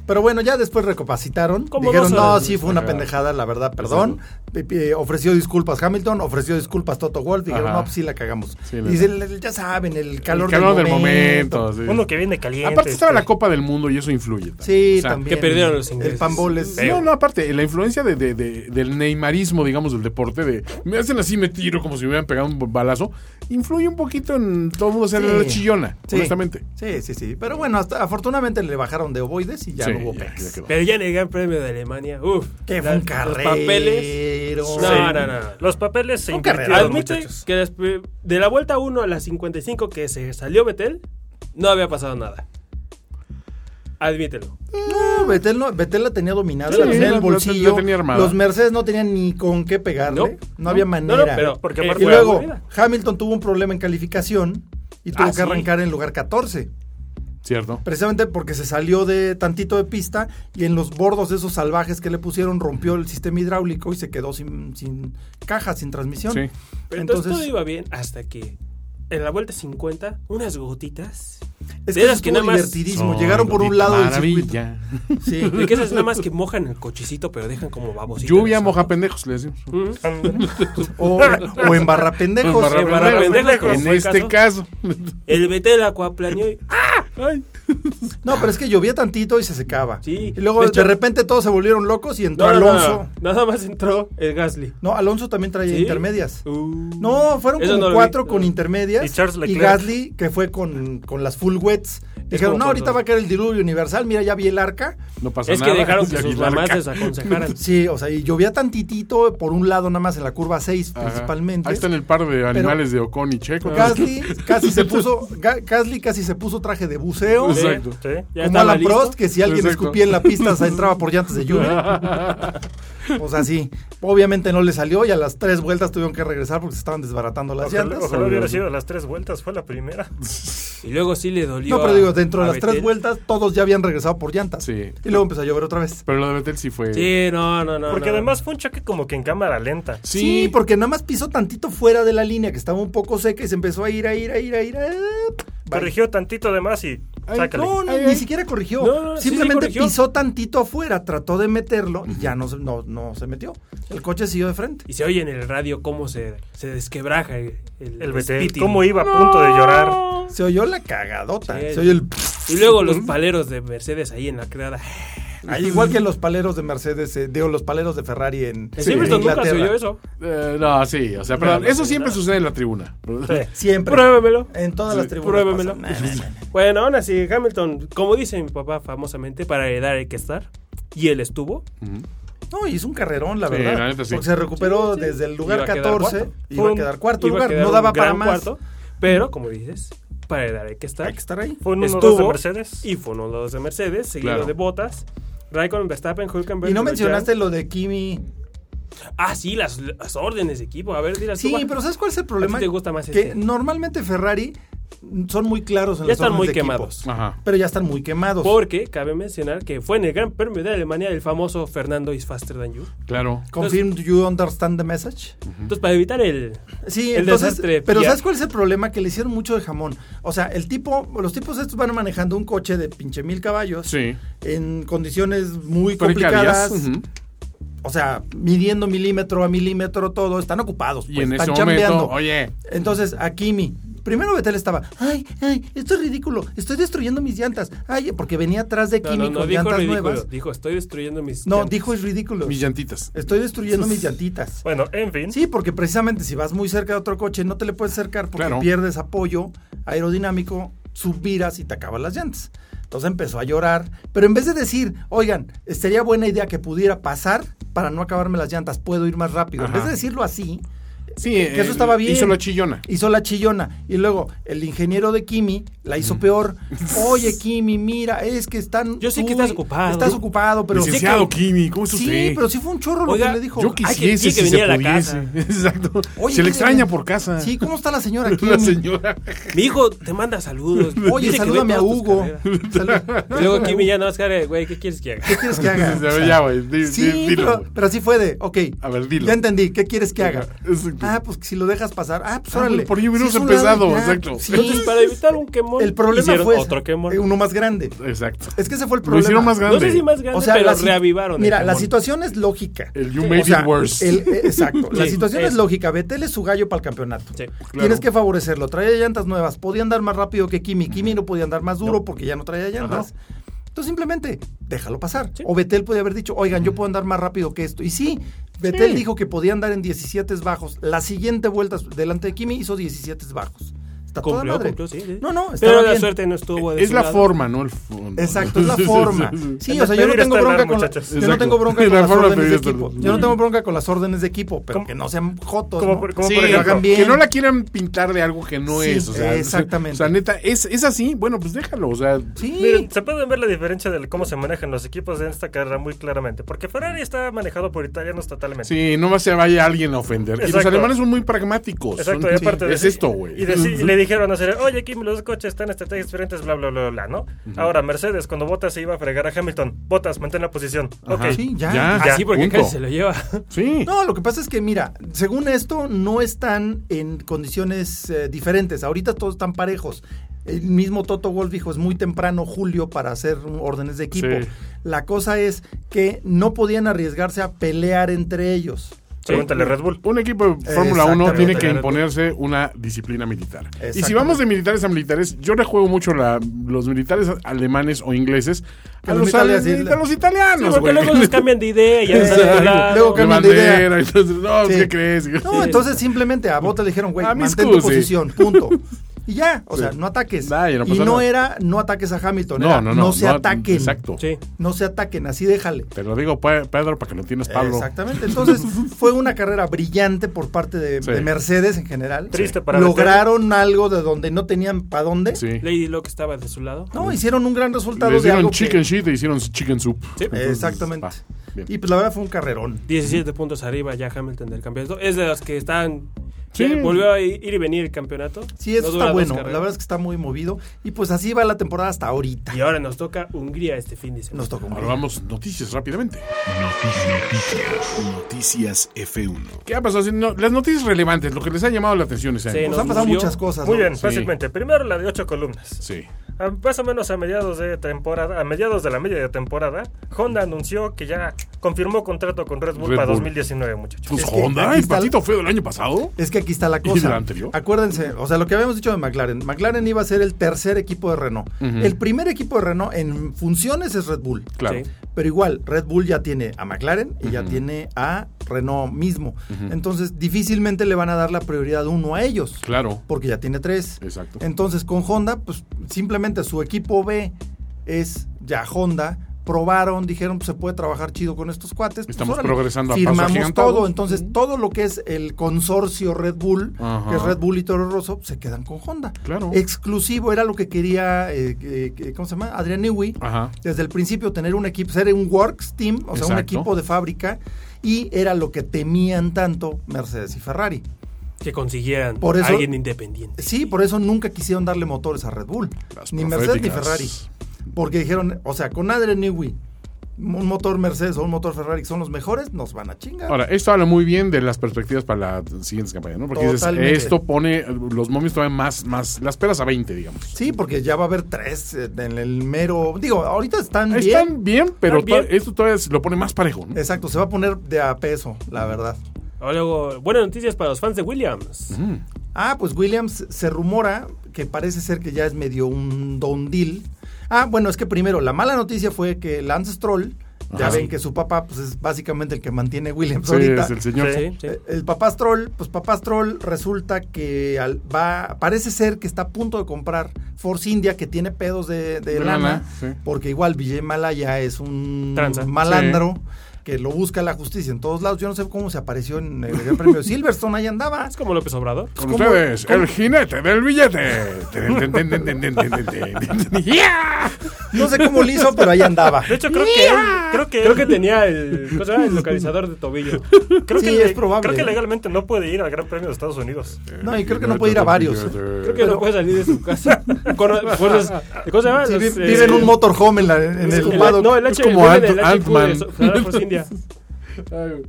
Speaker 2: Pero bueno, ya después recapacitaron.
Speaker 4: Como
Speaker 2: Dijeron,
Speaker 4: dos
Speaker 2: no,
Speaker 4: horas.
Speaker 2: sí fue una
Speaker 3: Ajá.
Speaker 2: pendejada, la verdad, perdón. Eh, eh, ofreció disculpas Hamilton, ofreció disculpas Toto Wolff. Dijeron,
Speaker 3: Ajá.
Speaker 2: no, pues sí la cagamos.
Speaker 3: Sí,
Speaker 2: y
Speaker 3: la-
Speaker 2: dice, "El- el- ya saben, el calor,
Speaker 3: El calor del momento. sí.
Speaker 5: Uno que viene caliente.
Speaker 3: Aparte estaba la
Speaker 5: este,
Speaker 3: Copa del Mundo y eso influye.
Speaker 2: Sí,
Speaker 3: O sea,
Speaker 2: también.
Speaker 4: que perdieron los ingleses.
Speaker 2: El pambol es...
Speaker 3: No, no, aparte, la influencia de, de- de- del neymarismo, digamos, del deporte, de me hacen así, me tiro como si me hubieran pegado un balazo, influye un poquito en todo el mundo ser
Speaker 2: Sí.
Speaker 3: la chillona,
Speaker 2: Sí.
Speaker 3: honestamente.
Speaker 2: Sí, sí, sí. Pero bueno, hasta- afortunadamente le bajaron de ovoides y ya
Speaker 3: Sí,
Speaker 2: no hubo
Speaker 3: ya,
Speaker 2: pex.
Speaker 3: ya quedó.
Speaker 4: Pero ya en el Gran Premio de Alemania, uff,
Speaker 2: Que fue un
Speaker 4: los
Speaker 2: carrero.
Speaker 4: papeles. No,
Speaker 5: Sí.
Speaker 4: no, no.
Speaker 5: Los papeles se
Speaker 2: Un carrera.
Speaker 5: invirtieron,
Speaker 4: Admite
Speaker 5: muchachos.
Speaker 4: que las pri- de la vuelta 1 a la 55 que se salió Betel, no había pasado nada. Admítelo.
Speaker 2: No, Betel, no, Betel la tenía dominada,
Speaker 3: Sí,
Speaker 2: la tenía en
Speaker 3: la-
Speaker 2: el
Speaker 3: la-
Speaker 2: bolsillo.
Speaker 3: la tenía armada.
Speaker 2: los Mercedes no tenían ni con qué pegarle.
Speaker 4: No,
Speaker 2: No, había manera.
Speaker 4: No, no, pero
Speaker 5: Porque
Speaker 4: eh,
Speaker 5: aparte-
Speaker 2: y
Speaker 4: fue
Speaker 2: luego,
Speaker 4: aburrida.
Speaker 2: Hamilton tuvo un problema en calificación y tuvo
Speaker 4: Ah,
Speaker 2: que
Speaker 4: sí.
Speaker 2: arrancar en lugar 14.
Speaker 3: ¿Cierto?
Speaker 2: Precisamente porque se salió de tantito de pista y en los bordos de esos salvajes que le pusieron rompió el sistema hidráulico y se quedó sin, sin caja, sin transmisión.
Speaker 3: Sí.
Speaker 4: Pero entonces,
Speaker 2: Entonces,
Speaker 4: todo iba bien hasta que en la vuelta 50,
Speaker 2: *laughs*
Speaker 4: unas gotitas.
Speaker 2: es que,
Speaker 4: de
Speaker 2: eso
Speaker 4: esas que
Speaker 2: estuvo
Speaker 4: nada más-
Speaker 2: divertidísimo. Llegaron por un lado del circuito.
Speaker 3: Maravilla.
Speaker 2: Sí.
Speaker 4: *laughs* De que esas nada más que mojan el cochecito, pero dejan como babos.
Speaker 3: Lluvia moja pendejos, le decimos.
Speaker 4: Ujú.
Speaker 5: Ándale.
Speaker 2: O, o en barra pendejos.
Speaker 3: Barra
Speaker 4: barra
Speaker 3: pendejos.
Speaker 4: pendejos,
Speaker 3: En
Speaker 4: fue
Speaker 3: este caso. *laughs*
Speaker 4: El Betel acuaplaneó y. ¡Ah! ¡Ay!
Speaker 2: No, pero es que llovía tantito y se secaba.
Speaker 4: Sí.
Speaker 2: Y luego
Speaker 4: De
Speaker 2: de,
Speaker 4: hecho-
Speaker 2: repente todos se volvieron locos y entró
Speaker 4: No, no, no,
Speaker 2: Alonso. No,
Speaker 4: no. Nada más entró el Gasly.
Speaker 2: Alonso también traía
Speaker 4: Sí.
Speaker 2: intermedias.
Speaker 4: Uh.
Speaker 2: No, fueron
Speaker 4: Eso
Speaker 2: como
Speaker 4: no lo
Speaker 2: cuatro
Speaker 4: vi.
Speaker 2: con intermedias.
Speaker 5: Y Charles Leclerc.
Speaker 2: Gasly, que fue con, con las full wets. Dijeron,
Speaker 4: como
Speaker 2: no,
Speaker 4: cuando-
Speaker 2: ahorita va a caer el diluvio universal. Mira, ya vi el arca.
Speaker 3: No pasa
Speaker 4: Es que
Speaker 3: nada.
Speaker 4: dejaron que
Speaker 3: Ya
Speaker 4: sus
Speaker 3: vi la
Speaker 4: mamás
Speaker 3: arca.
Speaker 2: *laughs*
Speaker 4: les aconsejaran.
Speaker 2: Sí, o sea, y llovía tantitito por un lado nada más en la curva 6
Speaker 3: Ajá.
Speaker 2: principalmente.
Speaker 3: Ahí están el par de animales de Ocon y Checo.
Speaker 2: Gasly casi se puso Ga- Gasly casi se puso traje de buceo.
Speaker 3: *laughs*
Speaker 4: Sí.
Speaker 3: Exacto.
Speaker 5: Sí.
Speaker 4: Ya
Speaker 2: como
Speaker 4: estaba
Speaker 2: Alan
Speaker 4: listo.
Speaker 2: Prost, que si alguien
Speaker 3: Exacto.
Speaker 2: escupía en la pista se entraba por llantas de lluvia.
Speaker 5: *laughs*
Speaker 2: O sea, sí. Obviamente no le salió y a las tres vueltas tuvieron que regresar porque se estaban desbaratando las
Speaker 5: Ojalá,
Speaker 2: llantas.
Speaker 5: ojalá hubiera sido las tres vueltas, fue la primera.
Speaker 4: Y luego sí le dolió.
Speaker 2: No, pero digo,
Speaker 4: a-
Speaker 2: dentro de
Speaker 4: a
Speaker 2: las tres
Speaker 4: Vettel.
Speaker 2: vueltas todos ya habían regresado por llantas.
Speaker 3: Sí.
Speaker 2: Y luego empezó a llover otra vez.
Speaker 3: Pero lo de Betel sí fue.
Speaker 4: Sí, no, no, no.
Speaker 5: Porque
Speaker 4: no.
Speaker 5: además fue un choque como que en cámara lenta.
Speaker 3: Sí,
Speaker 2: Sí, porque nada más pisó tantito fuera de la línea que estaba un poco seca y se empezó a ir, a ir, a ir, a ir. a- Bye.
Speaker 5: Corrigió tantito de más y
Speaker 3: Ay,
Speaker 5: sácale.
Speaker 2: No, no,
Speaker 3: Ay,
Speaker 2: ni
Speaker 3: ay.
Speaker 2: siquiera corrigió.
Speaker 4: No, no, sí, sí
Speaker 2: Simplemente
Speaker 4: corrigió.
Speaker 2: pisó tantito afuera, trató de meterlo y ya no, se- no, no se metió. El coche siguió de frente.
Speaker 4: Y se oye en el radio cómo se, se desquebraja el,
Speaker 5: El
Speaker 4: Betel.
Speaker 5: BT, cómo iba a punto de llorar.
Speaker 2: Se oyó la cagadota.
Speaker 4: Sí.
Speaker 2: Se oyó el.
Speaker 4: Y luego los
Speaker 2: *laughs*
Speaker 4: paleros de Mercedes ahí en la creada.
Speaker 2: Ay, igual que los paleros de Mercedes, eh, digo, los paleros de Ferrari en.
Speaker 4: En
Speaker 2: en
Speaker 4: Silverstone nunca se
Speaker 2: Inglaterra.
Speaker 4: oyó eso.
Speaker 3: Eh, no, sí. O sea, perdón. Eso siempre sucede en la tribuna.
Speaker 5: Sí.
Speaker 2: *laughs* Siempre.
Speaker 4: Pruébemelo.
Speaker 2: En todas las tribunas. eh.
Speaker 4: Pruébemelo.
Speaker 2: pasa. Nah, nah, nah, nah.
Speaker 4: *laughs* Bueno, aún así, Hamilton, como dice mi papá famosamente, para heredar hay que estar. Y él estuvo.
Speaker 3: Ujú.
Speaker 2: No, hizo un carrerón, la
Speaker 3: Sí,
Speaker 2: verdad.
Speaker 3: la neta sí.
Speaker 2: Porque se recuperó
Speaker 4: Sí, sí.
Speaker 2: desde el lugar
Speaker 4: Iba a quedar
Speaker 2: 14.
Speaker 4: cuarto.
Speaker 2: Iba a quedar cuarto
Speaker 4: Iba a
Speaker 2: lugar.
Speaker 4: quedar
Speaker 2: No
Speaker 4: un
Speaker 2: daba para
Speaker 4: gran
Speaker 2: más.
Speaker 4: cuarto, pero, como dices, para heredar hay que estar.
Speaker 2: Hay que estar ahí.
Speaker 5: Fue un 1
Speaker 4: Estuvo
Speaker 5: de Mercedes.
Speaker 4: Y fue uno de los de Mercedes, seguido
Speaker 3: Claro.
Speaker 4: de Botas. Raikkonen, Verstappen, Hülkenberg.
Speaker 2: Y no
Speaker 4: Grosjean.
Speaker 2: mencionaste lo de Kimi.
Speaker 4: Ah, sí, las, las órdenes de equipo. A ver, dile
Speaker 2: Sí, pero ¿sabes cuál es el
Speaker 4: ¿A
Speaker 2: problema?
Speaker 4: ti te gusta más
Speaker 2: que
Speaker 4: este?
Speaker 2: normalmente Ferrari mm, son muy claros en
Speaker 4: Ya
Speaker 2: los
Speaker 4: están
Speaker 2: órdenes
Speaker 4: muy
Speaker 2: de equipo,
Speaker 4: quemados.
Speaker 3: Ajá.
Speaker 2: pero ya están muy quemados.
Speaker 4: Porque cabe mencionar que fue en el Gran Premio de Alemania el famoso Fernando is faster than you.
Speaker 3: Claro.
Speaker 2: Confirm you understand the message.
Speaker 4: Entonces, para evitar el.
Speaker 2: Sí,
Speaker 4: El
Speaker 2: entonces,
Speaker 4: desastre,
Speaker 2: pero
Speaker 4: ya.
Speaker 2: ¿sabes cuál es el problema? Que le hicieron mucho de jamón. O sea, el tipo, los tipos estos van manejando un coche de pinche mil caballos
Speaker 3: Sí.
Speaker 2: en condiciones muy
Speaker 3: Precarias.
Speaker 2: complicadas,
Speaker 3: Ujú.
Speaker 2: o sea, midiendo milímetro a milímetro todo, están ocupados,
Speaker 3: Y
Speaker 2: pues,
Speaker 3: en ese
Speaker 2: están
Speaker 3: momento,
Speaker 2: chambeando.
Speaker 3: oye,
Speaker 2: Entonces, a Kimi, primero Betel estaba, ay, ay, esto es ridículo, estoy destruyendo mis llantas, ay, porque venía atrás de
Speaker 4: No,
Speaker 2: Kimi
Speaker 4: no, no,
Speaker 2: con
Speaker 4: dijo
Speaker 2: llantas
Speaker 4: ridículo.
Speaker 2: nuevas.
Speaker 4: Dijo, estoy destruyendo mis.
Speaker 2: No,
Speaker 4: llantas".
Speaker 2: dijo es ridículo.
Speaker 3: mis llantitas.
Speaker 2: Estoy
Speaker 4: *laughs*
Speaker 2: destruyendo mis llantitas.
Speaker 5: Bueno, en fin.
Speaker 2: Sí, porque precisamente si vas muy cerca de otro coche, no te le puedes acercar porque
Speaker 3: Claro.
Speaker 2: pierdes apoyo aerodinámico, subiras y te acaban las llantas. Entonces empezó a llorar, pero en vez de decir, oigan, sería buena idea que pudiera pasar para no acabarme las llantas, puedo ir más rápido. En
Speaker 3: Ajá.
Speaker 2: vez de decirlo así,
Speaker 3: Sí, eh,
Speaker 2: que eso estaba bien.
Speaker 3: Hizo la chillona.
Speaker 2: Hizo la chillona. Y luego el ingeniero de Kimi la hizo
Speaker 3: Mm. *laughs*
Speaker 2: peor. Oye, Kimi, mira, es que están.
Speaker 4: Yo sé que
Speaker 2: uy,
Speaker 4: estás ocupado.
Speaker 2: Estás ocupado, pero.
Speaker 3: Licenciado Kimi, ¿cómo es
Speaker 2: sí,
Speaker 3: usted?
Speaker 2: pero sí fue un chorro
Speaker 4: Oiga,
Speaker 2: lo que le dijo.
Speaker 3: Yo
Speaker 4: Ay, que
Speaker 3: quisiese
Speaker 4: tiene que
Speaker 3: si se
Speaker 4: venir a la
Speaker 3: pudiese.
Speaker 4: casa.
Speaker 3: *laughs* Exacto.
Speaker 2: Oye,
Speaker 3: se le
Speaker 2: ¿qué-
Speaker 3: extraña por casa.
Speaker 2: Sí, ¿cómo está
Speaker 3: *laughs*
Speaker 2: la señora Kimi?
Speaker 3: la señora. *laughs*
Speaker 4: Mi hijo te manda saludos.
Speaker 2: *laughs* Oye,
Speaker 4: Dice que
Speaker 2: salúdame
Speaker 4: ve
Speaker 2: a
Speaker 4: todas tus
Speaker 2: Hugo.
Speaker 4: carreras.
Speaker 2: Saluda-
Speaker 4: Y luego Kimi ya no más cara de, güey, ¿qué quieres que haga?
Speaker 2: ¿Qué quieres que haga?
Speaker 3: ¿eh? *laughs* Sí, ya, güey, di-
Speaker 2: Sí,
Speaker 3: di- dilo,
Speaker 2: pero,
Speaker 3: güey.
Speaker 2: pero así fue de, ok.
Speaker 3: A ver, dilo.
Speaker 2: Ya entendí, ¿qué quieres que haga?
Speaker 3: Exacto.
Speaker 2: Ah, pues que si lo dejas pasar. Ah, pues
Speaker 3: Ah,
Speaker 2: órale.
Speaker 3: bueno, por ahí hubiéramos
Speaker 2: Sí, es un lado,
Speaker 3: empezado,
Speaker 2: ya.
Speaker 3: exacto.
Speaker 2: Sí,
Speaker 4: Entonces, para evitar un quemón,
Speaker 2: el problema
Speaker 4: hicieron
Speaker 2: fue
Speaker 4: otro quemón.
Speaker 2: eh, uno más grande.
Speaker 3: Exacto.
Speaker 2: Es que ese fue el
Speaker 3: Lo
Speaker 2: problema.
Speaker 3: hicieron más grande.
Speaker 4: No sé si más grande, pero
Speaker 2: la si-
Speaker 4: reavivaron. el
Speaker 2: Mira, la
Speaker 4: quemón.
Speaker 2: situación es lógica.
Speaker 3: El you made
Speaker 2: O sea,
Speaker 3: it worse.
Speaker 2: el- eh, exacto. la
Speaker 4: *laughs* Sí,
Speaker 2: situación es
Speaker 4: es.
Speaker 2: lógica. Betel es su gallo para el campeonato.
Speaker 4: Sí.
Speaker 2: Tienes que favorecerlo. Traía llantas nuevas. Podía andar más rápido que Kimi. Kimi no podía andar más duro porque ya no traía llantas. Entonces simplemente déjalo pasar.
Speaker 4: Sí.
Speaker 2: O Betel podía haber dicho, oigan, yo puedo andar más rápido que esto. Y sí, Betel dijo que podía andar en 17 bajos. La siguiente vuelta delante de Kimi hizo 17 bajos. Está toda
Speaker 4: Cumplió,
Speaker 2: madre.
Speaker 4: cumplió, sí, sí.
Speaker 2: No, no, estaba
Speaker 4: Pero la
Speaker 2: bien.
Speaker 4: suerte no estuvo. de
Speaker 3: Es
Speaker 4: su
Speaker 3: la
Speaker 4: lado.
Speaker 3: forma, no el fondo.
Speaker 2: Exacto,
Speaker 3: *laughs*
Speaker 2: es la forma. Sí, o sea, yo no
Speaker 5: Pedir
Speaker 2: tengo
Speaker 5: está
Speaker 2: bronca
Speaker 5: mal,
Speaker 2: con la-
Speaker 5: muchachos.
Speaker 2: yo no tengo
Speaker 3: Exacto.
Speaker 2: bronca con
Speaker 3: La
Speaker 2: las
Speaker 3: forma de
Speaker 2: órdenes de
Speaker 3: pedir está
Speaker 2: equipo.
Speaker 3: mal.
Speaker 2: Yo no tengo bronca con las órdenes de equipo, pero
Speaker 5: ¿Cómo?
Speaker 2: que no sean jotos,
Speaker 5: Como
Speaker 2: ¿no?
Speaker 5: por- como
Speaker 3: Sí,
Speaker 5: por
Speaker 2: que lo hagan
Speaker 5: ejemplo,
Speaker 2: bien.
Speaker 3: que no la quieran pintar de algo que no
Speaker 2: Sí,
Speaker 3: es. O sea,
Speaker 2: exactamente.
Speaker 3: O sea, neta, ¿es, es así. Bueno, pues déjalo. O sea,
Speaker 2: Sí.
Speaker 5: Miren, se pueden ver la diferencia de cómo se manejan los equipos de esta carrera muy claramente. Porque Ferrari está manejado por italianos totalmente.
Speaker 3: sí, no más se vaya alguien a ofender. Y los
Speaker 5: Exacto.
Speaker 3: alemanes son muy pragmáticos.
Speaker 5: Exacto,
Speaker 3: Son-
Speaker 5: y aparte de-
Speaker 3: es esto, güey.
Speaker 5: Y, deci-
Speaker 3: *laughs*
Speaker 5: y le dijeron a Cere, oye, Kim, los coches están en estrategias diferentes, bla, bla, bla, bla, ¿no? Ahora, Mercedes, cuando Bottas se iba a fregar a Hamilton, Bottas, mantén la posición.
Speaker 3: Ajá.
Speaker 5: Ok.
Speaker 2: Sí, ya.
Speaker 3: Ya.
Speaker 4: Así Ah, porque
Speaker 3: punto.
Speaker 4: casi se
Speaker 2: *laughs*
Speaker 4: lo lleva.
Speaker 3: Sí.
Speaker 2: No, lo que pasa es que, mira, según esto, no están en condiciones eh, diferentes. Ahorita todos están parejos. El mismo Toto Wolf dijo, es muy temprano julio para hacer un- órdenes de equipo.
Speaker 3: Sí.
Speaker 2: La cosa es que no podían arriesgarse a pelear entre ellos.
Speaker 5: Pregúntale a Red Bull.
Speaker 3: Un equipo de Fórmula 1
Speaker 2: Exactamente.
Speaker 3: tiene que imponerse una disciplina militar. Y si
Speaker 2: Exactamente.
Speaker 3: vamos de militares a militares, yo le juego mucho la, los militares alemanes o ingleses a,
Speaker 2: A
Speaker 3: los,
Speaker 2: los
Speaker 3: ale-
Speaker 2: italianos.
Speaker 3: a los italianos.
Speaker 4: porque
Speaker 3: güey. *laughs*
Speaker 4: luego nos cambian de idea. Ya
Speaker 2: Exacto.
Speaker 4: están de lado.
Speaker 2: Luego
Speaker 3: De
Speaker 2: cambian de idea.
Speaker 3: bandera, entonces, no, pues,
Speaker 2: Sí.
Speaker 3: ¿qué crees?
Speaker 2: No, entonces simplemente a Bota le dijeron, güey,
Speaker 3: A mí
Speaker 2: mantén tu
Speaker 3: excuse.
Speaker 2: posición, punto. Y ya, o sea, no ataques.
Speaker 3: Vaya, no
Speaker 2: y
Speaker 3: pasó
Speaker 2: no
Speaker 3: nada.
Speaker 2: era, no ataques a Hamilton.
Speaker 3: no,
Speaker 2: era,
Speaker 3: no, no.
Speaker 2: se ataquen.
Speaker 3: Exacto.
Speaker 4: Sí.
Speaker 2: No se ataquen, así déjale.
Speaker 3: Te lo digo, Pe- Pedro, para que lo tienes, Pablo. *laughs*
Speaker 2: Exactamente. Entonces, fue una carrera brillante por parte de,
Speaker 3: Sí.
Speaker 2: de Mercedes en general.
Speaker 5: Triste para
Speaker 2: Lograron algo de donde no tenían para dónde.
Speaker 3: Sí.
Speaker 4: Lady Locke estaba de su lado.
Speaker 2: No, hicieron un gran resultado
Speaker 3: Les
Speaker 2: de
Speaker 3: dieron
Speaker 2: algo. que-
Speaker 3: chicken shit e hicieron chicken soup.
Speaker 4: Sí.
Speaker 2: Eh.
Speaker 3: Entonces,
Speaker 2: Exactamente.
Speaker 3: va, bien.
Speaker 2: y pues la verdad fue un carrerón.
Speaker 4: 17 puntos arriba ya Hamilton del campeonato. Es de los que están.
Speaker 3: Sí.
Speaker 4: ya Volvió a ir y venir el campeonato.
Speaker 2: Sí, eso
Speaker 4: No
Speaker 2: está
Speaker 4: dura dos
Speaker 2: bueno. La
Speaker 4: carreras.
Speaker 2: verdad es que está muy movido. Y pues así va la temporada hasta ahorita.
Speaker 4: Y ahora nos toca Hungría este fin de semana.
Speaker 2: Nos tocó un
Speaker 3: Ahora vamos, noticias rápidamente.
Speaker 1: Noticias F1.
Speaker 3: ¿Qué ha pasado? Sí, no, las noticias relevantes, lo que les ha llamado la atención ese
Speaker 4: Sí,
Speaker 3: año.
Speaker 2: Nos
Speaker 4: nos
Speaker 2: han pasado
Speaker 4: movió.
Speaker 2: muchas cosas.
Speaker 5: Muy
Speaker 2: ¿no?
Speaker 5: bien, fácilmente. Primero la de ocho columnas.
Speaker 3: Sí.
Speaker 5: A- más o menos a mediados de temporada, a mediados de la media de temporada, Honda anunció que ya confirmó contrato con Red Bull
Speaker 3: Red
Speaker 5: para
Speaker 3: Bull.
Speaker 5: 2019, muchachos.
Speaker 3: Pues
Speaker 2: Es que
Speaker 3: Honda,
Speaker 2: aquí
Speaker 3: el
Speaker 2: está el-
Speaker 3: patito feo del año pasado.
Speaker 2: Es que aquí está la
Speaker 3: del
Speaker 2: cosa.
Speaker 3: anterior?
Speaker 2: Acuérdense, o sea, lo que habíamos dicho de McLaren. McLaren iba a ser el tercer equipo de Renault. El primer equipo de Renault en funciones es Red Bull.
Speaker 3: Claro.
Speaker 4: Sí.
Speaker 2: Pero igual, Red Bull ya tiene a McLaren y ya tiene a Renault mismo. Entonces, difícilmente le van a dar la prioridad uno a ellos.
Speaker 3: Claro.
Speaker 2: Porque ya tiene tres.
Speaker 3: Exacto.
Speaker 2: Entonces, con Honda, pues simplemente su equipo B es ya Honda. Probaron, dijeron, pues, se puede trabajar chido con estos cuates. pues,
Speaker 3: Estamos
Speaker 2: órale.
Speaker 3: progresando a paso
Speaker 2: Firmamos
Speaker 3: agigantado.
Speaker 2: todo. Entonces, todo lo que es el consorcio Red Bull,
Speaker 3: Ajá.
Speaker 2: que es Red Bull y Toro Rosso, pues, se quedan con Honda.
Speaker 3: Claro.
Speaker 2: Exclusivo era lo que quería, eh, eh, eh, ¿cómo se llama? Adrián Newey
Speaker 3: Ajá.
Speaker 2: desde el principio tener un equipo, ser un works team, o sea, un
Speaker 3: Exacto.
Speaker 2: equipo de fábrica, y era lo que temían tanto Mercedes y Ferrari.
Speaker 4: Que consiguieran
Speaker 2: Por eso-
Speaker 4: alguien independiente.
Speaker 2: Sí, por eso nunca quisieron darle motores a Red Bull,
Speaker 3: Las
Speaker 2: ni Mercedes ni
Speaker 3: proféticas.
Speaker 2: Ferrari, porque dijeron, o sea, con Adrian Newey, un motor Mercedes o un motor Ferrari que son los mejores, nos van a chingar.
Speaker 3: Ahora, esto habla muy bien de las perspectivas para las siguientes campañas, ¿no? Porque dices,
Speaker 2: Totalmente.
Speaker 3: esto pone los momios todavía más, más, las peras a 20, digamos.
Speaker 2: Sí, porque ya va a haber tres eh, en el mero, digo, ahorita están bien.
Speaker 3: Están bien, pero
Speaker 4: Están bien.
Speaker 3: to- esto todavía se lo pone más parejo, ¿no?
Speaker 2: Exacto, se va a poner de a peso, la verdad.
Speaker 4: Ahora luego, buenas noticias para los fans de Williams.
Speaker 2: Ah, pues Williams se rumora que parece ser que ya es medio un don deal. Ah, bueno, es que primero, la mala noticia fue que Lance Stroll, ya
Speaker 3: Ajá.
Speaker 2: ven que su papá pues, es básicamente el que mantiene Williams
Speaker 3: Sí,
Speaker 2: ahorita.
Speaker 3: es el señor.
Speaker 4: Sí, sí.
Speaker 2: Eh, El papá Stroll, pues papá Stroll resulta que al- va, parece ser que está a punto de comprar Force India que tiene pedos de, de
Speaker 3: De lana,
Speaker 2: lana,
Speaker 3: sí.
Speaker 2: porque igual Vijay Malaya es un
Speaker 4: Tranza.
Speaker 2: malandro que lo busca la justicia en todos lados. Yo no sé cómo se apareció en el Gran Premio de Silverstone, ahí andaba.
Speaker 4: Ah, Es como López Obrador.
Speaker 3: Con
Speaker 2: ¿Cómo-
Speaker 3: ustedes,
Speaker 2: cómo-
Speaker 3: el jinete del billete. Ten, ten, ten, ten, ten, ten, ten, ten, ten. *laughs* ¡Yeah!
Speaker 2: No sé cómo lo hizo, pero ahí andaba.
Speaker 5: De hecho, creo que él, creo que
Speaker 4: Creo
Speaker 5: él-
Speaker 4: que tenía el, ¿cómo se llama? el localizador de tobillo.
Speaker 5: creo
Speaker 2: Sí,
Speaker 5: que le-
Speaker 2: es probable.
Speaker 5: Creo que legalmente no puede ir al Gran Premio de Estados Unidos.
Speaker 2: No, y creo que no puede ir a varios, ¿eh?
Speaker 4: Creo que no puede salir de
Speaker 2: *laughs*
Speaker 4: su casa. Con, fuerzas- ¿Cómo se llama?
Speaker 2: Sí, vi-
Speaker 4: Los, eh,
Speaker 2: vive en un motorhome en, la- en el
Speaker 4: el-
Speaker 2: paddock.
Speaker 4: No, el
Speaker 3: Es
Speaker 4: H,
Speaker 3: como
Speaker 4: vive en el
Speaker 3: Ant-
Speaker 4: HQ
Speaker 3: Ant-Man.
Speaker 4: de Sa- Sahara
Speaker 2: *laughs*
Speaker 4: Force India.
Speaker 3: Ay,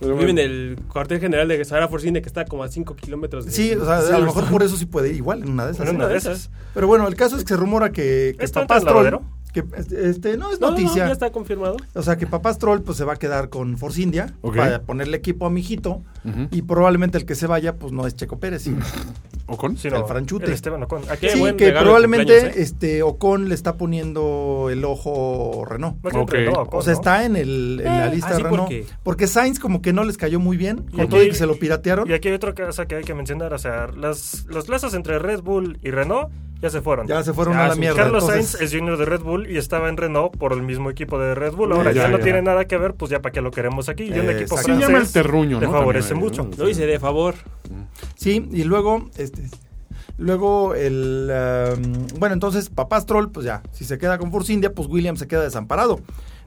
Speaker 3: pero
Speaker 4: Vive en
Speaker 3: bueno.
Speaker 4: el cuartel general de Sahara Force India, que está como a 5 kilómetros de
Speaker 2: Sí, o sea, a lo mejor por eso sí puede ir igual en una de esas.
Speaker 5: En una de esas.
Speaker 2: Pero bueno, el caso es que se rumora que, que
Speaker 5: ¿Esto
Speaker 2: papá
Speaker 5: entra al
Speaker 2: Stroll-
Speaker 5: lavadero?
Speaker 2: que este, no es
Speaker 4: No, no, no,
Speaker 2: noticia.
Speaker 4: ya está confirmado.
Speaker 2: O sea que papá Stroll pues se va a quedar con Force India
Speaker 3: Ok.
Speaker 2: para ponerle equipo a mi hijito y probablemente el que se vaya pues no es Checo Pérez.
Speaker 3: ¿Ocon?
Speaker 5: sino
Speaker 2: El franchute.
Speaker 5: el Esteban Ocon. Aquí
Speaker 4: Qué
Speaker 2: sí,
Speaker 4: buen
Speaker 2: que
Speaker 4: regalo de
Speaker 2: probablemente
Speaker 4: cumpleaños, ¿eh?
Speaker 2: este Ocon le está poniendo el ojo Renault.
Speaker 3: Ok.
Speaker 2: O sea, está en, el, en la
Speaker 4: Eh,
Speaker 2: lista
Speaker 4: ¿ah, sí? ¿Por
Speaker 2: Renault.
Speaker 4: qué?
Speaker 2: Porque Sainz como que no les cayó muy bien,
Speaker 5: Y
Speaker 2: con todo y
Speaker 5: aquí-
Speaker 2: que se lo piratearon.
Speaker 5: Y aquí hay otra cosa que hay que mencionar. O sea, las, los lazos entre Red Bull y Renault ya se fueron.
Speaker 2: Ya se fueron
Speaker 5: Ya,
Speaker 2: a la
Speaker 5: su-
Speaker 2: mierda.
Speaker 5: Carlos
Speaker 2: entonces-
Speaker 5: Sainz es junior de Red Bull y estaba en Renault por el mismo equipo de Red Bull. Ahora
Speaker 3: Ya,
Speaker 5: ya, no
Speaker 3: ya.
Speaker 5: tiene nada que ver, pues ya para qué lo queremos aquí. Y un
Speaker 2: Eh,
Speaker 5: equipo
Speaker 2: exacto.
Speaker 3: Sí,
Speaker 5: francés
Speaker 3: llama el terruño,
Speaker 5: le
Speaker 3: ¿no?
Speaker 5: favorece
Speaker 3: También,
Speaker 5: mucho.
Speaker 3: ¿no?
Speaker 4: Lo hice de favor.
Speaker 2: Sí, y luego, este, luego el, ah, bueno, entonces Papás Troll, pues ya, si se queda con Force India, pues Williams se queda desamparado.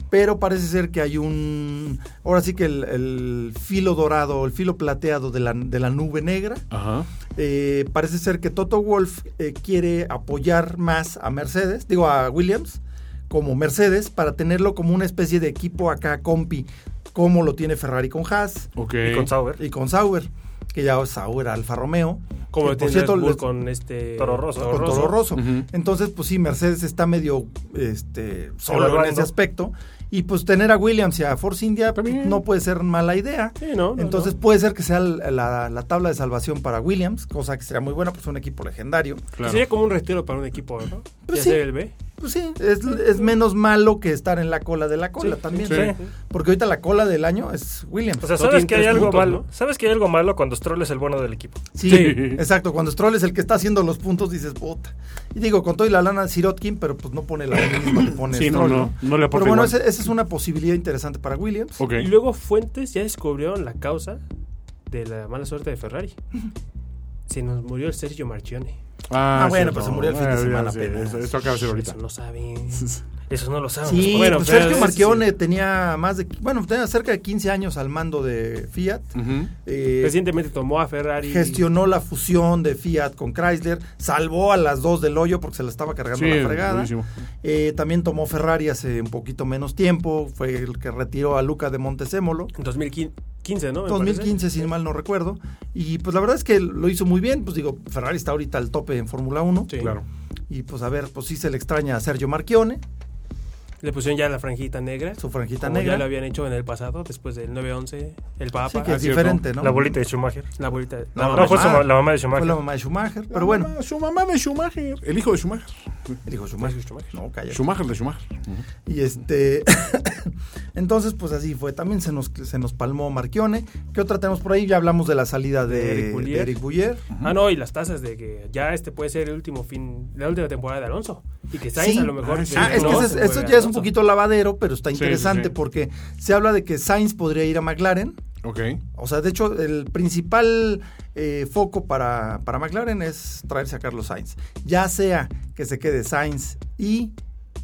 Speaker 2: Pero parece ser que hay un, ahora sí que el, el filo dorado, el filo plateado de la, de la nube negra.
Speaker 3: Ajá.
Speaker 2: Eh, parece ser que Toto Wolf eh, quiere apoyar más a Mercedes, digo a Williams, como Mercedes, para tenerlo como una especie de equipo acá compi, como lo tiene Ferrari con Haas
Speaker 3: Ok.
Speaker 5: Y con Sauber.
Speaker 2: y con Sauber, que ya es Sauber Alfa Romeo.
Speaker 4: Como
Speaker 2: que,
Speaker 4: tiene Red Bull
Speaker 2: les-
Speaker 4: con este.
Speaker 5: Toro Rosso.
Speaker 2: con Toro Rosso.
Speaker 3: Ujú.
Speaker 2: Entonces, pues sí, Mercedes está medio este, solo en
Speaker 5: Evaluando.
Speaker 2: ese aspecto. Y pues tener a Williams y a Force India pues,
Speaker 3: También.
Speaker 2: no puede ser mala idea.
Speaker 4: Sí, no, no,
Speaker 2: Entonces
Speaker 4: no.
Speaker 2: puede ser que sea la, la- la tabla de salvación para Williams, cosa que sería muy buena, pues un equipo legendario.
Speaker 3: Claro.
Speaker 4: Sería como un retiro para un equipo, ¿no?
Speaker 2: Pues
Speaker 4: Y
Speaker 2: sí.
Speaker 4: hacer el B.
Speaker 2: Pues sí, es, es menos malo que estar en la cola de la cola
Speaker 4: Sí,
Speaker 2: también.
Speaker 3: sí,
Speaker 2: ¿no?
Speaker 3: sí.
Speaker 2: Porque ahorita la cola del año es Williams.
Speaker 5: O sea,
Speaker 4: No
Speaker 5: sabes
Speaker 4: tiene
Speaker 5: que hay
Speaker 4: tres
Speaker 5: algo
Speaker 4: puntos,
Speaker 5: malo.
Speaker 4: ¿no?
Speaker 5: Sabes que hay algo malo cuando Stroll es el bueno del equipo.
Speaker 2: Sí,
Speaker 3: Sí.
Speaker 2: exacto. Cuando Stroll es el que está haciendo los puntos, dices, puta. Y digo, con todo y la lana Sirotkin, pero pues no pone la lana misma que
Speaker 3: *clears throat*
Speaker 2: pone
Speaker 3: Sí, no,
Speaker 2: Stroll.
Speaker 3: no, no le aporta
Speaker 2: Pero bueno,
Speaker 3: igual.
Speaker 2: ese- esa es una posibilidad interesante para Williams.
Speaker 3: Ok.
Speaker 4: Y luego Fuentes ya descubrieron la causa de la mala suerte
Speaker 2: *laughs*
Speaker 4: de Ferrari. Se nos murió el Sergio Marchione.
Speaker 2: Ah, bueno, pues se murió el fin de
Speaker 3: Ah,
Speaker 2: semana
Speaker 3: sí,
Speaker 2: apenas.
Speaker 3: eso- Esto acaba de ser ahorita.
Speaker 4: Eso no saben.
Speaker 5: Eso no lo saben.
Speaker 2: Sí,
Speaker 5: los-
Speaker 4: Bueno,
Speaker 2: pues
Speaker 4: pero
Speaker 2: Sergio
Speaker 4: es-
Speaker 2: Marchione tenía más de, bueno, tenía cerca de 15 años al mando de Fiat.
Speaker 3: Ujú.
Speaker 2: Eh,
Speaker 4: Recientemente tomó a Ferrari.
Speaker 2: gestionó la fusión de Fiat con Chrysler, salvó a las dos del hoyo porque se la estaba cargando
Speaker 3: Sí,
Speaker 2: la fregada.
Speaker 3: buenísimo.
Speaker 2: Eh, también tomó Ferrari hace un poquito menos tiempo, fue el que retiró a Luca de Montezemolo.
Speaker 4: En 2015, ¿no? Me
Speaker 2: 2015, si mal no recuerdo. Y pues la verdad es que lo hizo muy bien. Pues digo, Ferrari está ahorita al tope en Fórmula 1.
Speaker 4: parece. Sí.
Speaker 3: Claro.
Speaker 2: Y pues a ver, pues sí se le extraña a Sergio Marchione,
Speaker 4: Le pusieron ya la franjita negra.
Speaker 2: su franjita
Speaker 4: como
Speaker 2: negra.
Speaker 4: Ya lo habían hecho en el pasado, después del 9-11, el Papa,
Speaker 2: Sí, que
Speaker 3: Ah,
Speaker 2: es
Speaker 3: cierto.
Speaker 2: diferente, ¿no?
Speaker 5: La bolita de Schumacher.
Speaker 4: la vuelta. pues,
Speaker 2: No,
Speaker 4: la
Speaker 5: No,
Speaker 4: mamá.
Speaker 5: fue su ma- la mamá de
Speaker 2: Fue
Speaker 5: Schumacher.
Speaker 2: la mamá de Schumacher. Pero bueno,
Speaker 3: Mamá- su mamá de Schumacher. El hijo de Schumacher.
Speaker 2: él dijo Schumacher. No, cállate.
Speaker 3: Schumacher de Schumacher.
Speaker 2: Y este. *laughs* Entonces, pues así fue. También se nos, se nos palmó Marchione. ¿Qué otra tenemos por ahí? Ya hablamos de la salida de,
Speaker 4: De Eric Boulier.
Speaker 2: de Eric Boulier.
Speaker 4: Ah, no, y las tasas de que ya este puede ser el último fin, la última temporada de Alonso. Y que Sainz
Speaker 2: Sí.
Speaker 4: a lo mejor.
Speaker 3: Ah, sí.
Speaker 2: Ah, es que ese
Speaker 4: no se
Speaker 2: es-
Speaker 4: mueve
Speaker 2: eso
Speaker 4: a
Speaker 2: ya es un
Speaker 4: Alonso.
Speaker 2: poquito lavadero, pero está
Speaker 3: Sí, sí,
Speaker 2: interesante
Speaker 3: sí.
Speaker 2: porque se habla de que Sainz podría ir a McLaren.
Speaker 3: Ok.
Speaker 2: O sea, de hecho, el principal eh, foco para, para McLaren es traerse a Carlos Sainz. Ya sea que se quede Sainz y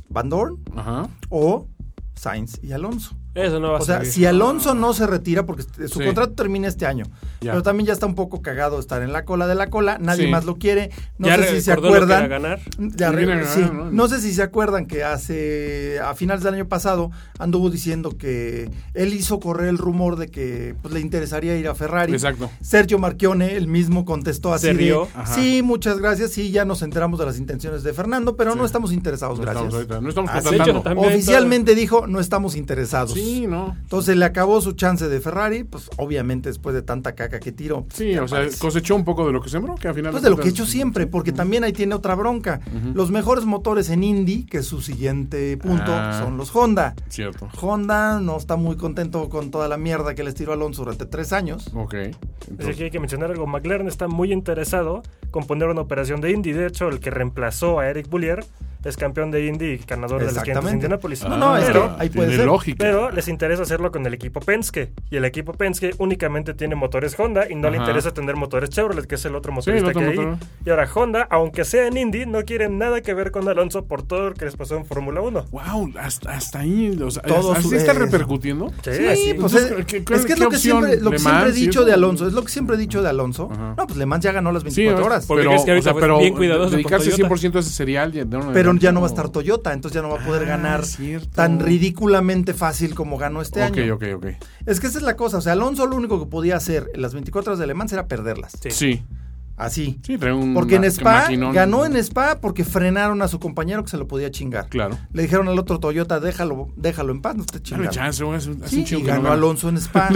Speaker 2: Van Dorn
Speaker 3: Ajá.
Speaker 2: o Sainz y Alonso.
Speaker 4: Eso no va a
Speaker 2: O sea,
Speaker 4: servir.
Speaker 2: si Alonso no se retira, porque su
Speaker 3: Sí.
Speaker 2: contrato termina este año,
Speaker 3: Ya.
Speaker 2: pero también ya está un poco cagado estar en la cola de la cola, nadie
Speaker 3: Sí.
Speaker 2: más lo quiere, no
Speaker 4: ya
Speaker 2: sé si se
Speaker 4: recordó lo que era
Speaker 2: acuerdan.
Speaker 4: ganar.
Speaker 2: Ya
Speaker 3: Viene
Speaker 2: re-
Speaker 3: a ganar,
Speaker 2: sí.
Speaker 3: ¿no?
Speaker 2: No sé si se acuerdan que hace a finales del año pasado anduvo diciendo que él hizo correr el rumor de que pues, le interesaría ir a Ferrari.
Speaker 3: Exacto.
Speaker 2: Sergio Marchione, el mismo contestó así
Speaker 4: Se
Speaker 2: de,
Speaker 4: rió.
Speaker 3: Ajá.
Speaker 2: sí, muchas gracias, sí, ya nos enteramos de las intenciones de Fernando, pero no
Speaker 3: Sí.
Speaker 2: estamos interesados,
Speaker 3: No
Speaker 2: gracias.
Speaker 3: estamos, ahorita, no estamos
Speaker 2: Has
Speaker 3: contratando.
Speaker 4: hecho también.
Speaker 2: Oficialmente dijo, no estamos interesados.
Speaker 3: Sí, no.
Speaker 2: Entonces le acabó su chance de Ferrari, pues obviamente después de tanta caca que tiró. pues,
Speaker 3: Sí,
Speaker 2: ¿qué
Speaker 3: o sea,
Speaker 2: aparece?
Speaker 3: cosechó un poco de lo que sembró, que al final.
Speaker 2: Pues de lo que he
Speaker 3: cuentas-
Speaker 2: hecho siempre, porque también ahí tiene otra bronca. Los mejores motores en Indy, que es su siguiente punto,
Speaker 3: Ah.
Speaker 2: son los Honda.
Speaker 3: Cierto.
Speaker 2: Honda no está muy contento con toda la mierda que les tiró Alonso durante tres años.
Speaker 3: Ok.
Speaker 5: Es que
Speaker 3: Entonces,
Speaker 5: aquí hay que mencionar algo. McLaren está muy interesado con poner una operación de Indy. De hecho, el que reemplazó a Eric Boulier es campeón de Indy y ganador de las 500 de
Speaker 2: Exactamente.
Speaker 5: Indianapolis.
Speaker 2: No, no, es que
Speaker 5: pero,
Speaker 2: ahí puede
Speaker 3: tiene
Speaker 2: ser.
Speaker 3: lógica.
Speaker 5: pero les interesa hacerlo con el equipo Penske. Y el equipo Penske únicamente tiene motores Honda y no le
Speaker 3: Ajá.
Speaker 5: interesa tener motores Chevrolet, que es el otro motorista
Speaker 3: otro
Speaker 5: que hay.
Speaker 3: motor.
Speaker 5: Y ahora Honda, aunque sea en Indy, no quiere nada que ver con Alonso por todo lo que les pasó en Fórmula 1.
Speaker 3: Wow, hasta, hasta ahí. O sea,
Speaker 2: Todo
Speaker 3: ¿Así
Speaker 2: su-
Speaker 3: está
Speaker 2: eh,
Speaker 3: repercutiendo?
Speaker 5: Sí, así.
Speaker 2: Sí, pues
Speaker 3: Entonces,
Speaker 2: es,
Speaker 3: ¿qué-
Speaker 2: es
Speaker 3: qué-
Speaker 2: que es
Speaker 3: qué
Speaker 2: lo que
Speaker 3: opción?
Speaker 2: siempre, lo que
Speaker 3: ¿Le
Speaker 2: siempre he
Speaker 3: Mans y
Speaker 2: dicho
Speaker 3: eso?
Speaker 2: de Alonso, es lo que siempre he dicho de Alonso.
Speaker 3: Ajá.
Speaker 2: No, pues Le Mans ya ganó las
Speaker 3: Sí,
Speaker 2: 24
Speaker 3: ahora-
Speaker 2: horas.
Speaker 4: Porque
Speaker 3: Pero,
Speaker 4: crees que
Speaker 3: o
Speaker 4: ahorita
Speaker 3: sea,
Speaker 4: fue
Speaker 3: pero
Speaker 4: bien cuidadoso con
Speaker 3: dedicarse
Speaker 4: Toyota?
Speaker 3: 100% a ese serial. ya, de una-
Speaker 2: Pero ya no va a
Speaker 3: no.
Speaker 2: estar Toyota, entonces ya no va a poder
Speaker 3: Ah,
Speaker 2: ganar
Speaker 3: es cierto.
Speaker 2: tan ridículamente fácil como ganó este
Speaker 3: Ok,
Speaker 2: año.
Speaker 3: ok, ok.
Speaker 2: Es que esa es la cosa. O sea, Alonso lo único que podía hacer en las 24 horas de Le Mans era perderlas.
Speaker 4: Sí.
Speaker 3: Sí.
Speaker 2: Así.
Speaker 3: Sí, trae un
Speaker 2: Porque en
Speaker 3: ma-
Speaker 2: Spa
Speaker 3: maquinón.
Speaker 2: ganó en Spa porque frenaron a su compañero que se lo podía chingar.
Speaker 3: Claro.
Speaker 2: Le dijeron al otro Toyota, déjalo, déjalo en paz, no te
Speaker 3: Dale
Speaker 2: chingas.
Speaker 3: chance, güey. Hace un hace
Speaker 2: Sí,
Speaker 3: un chingo
Speaker 2: y
Speaker 3: que no
Speaker 2: ganó
Speaker 3: gana.
Speaker 2: Alonso en Spa.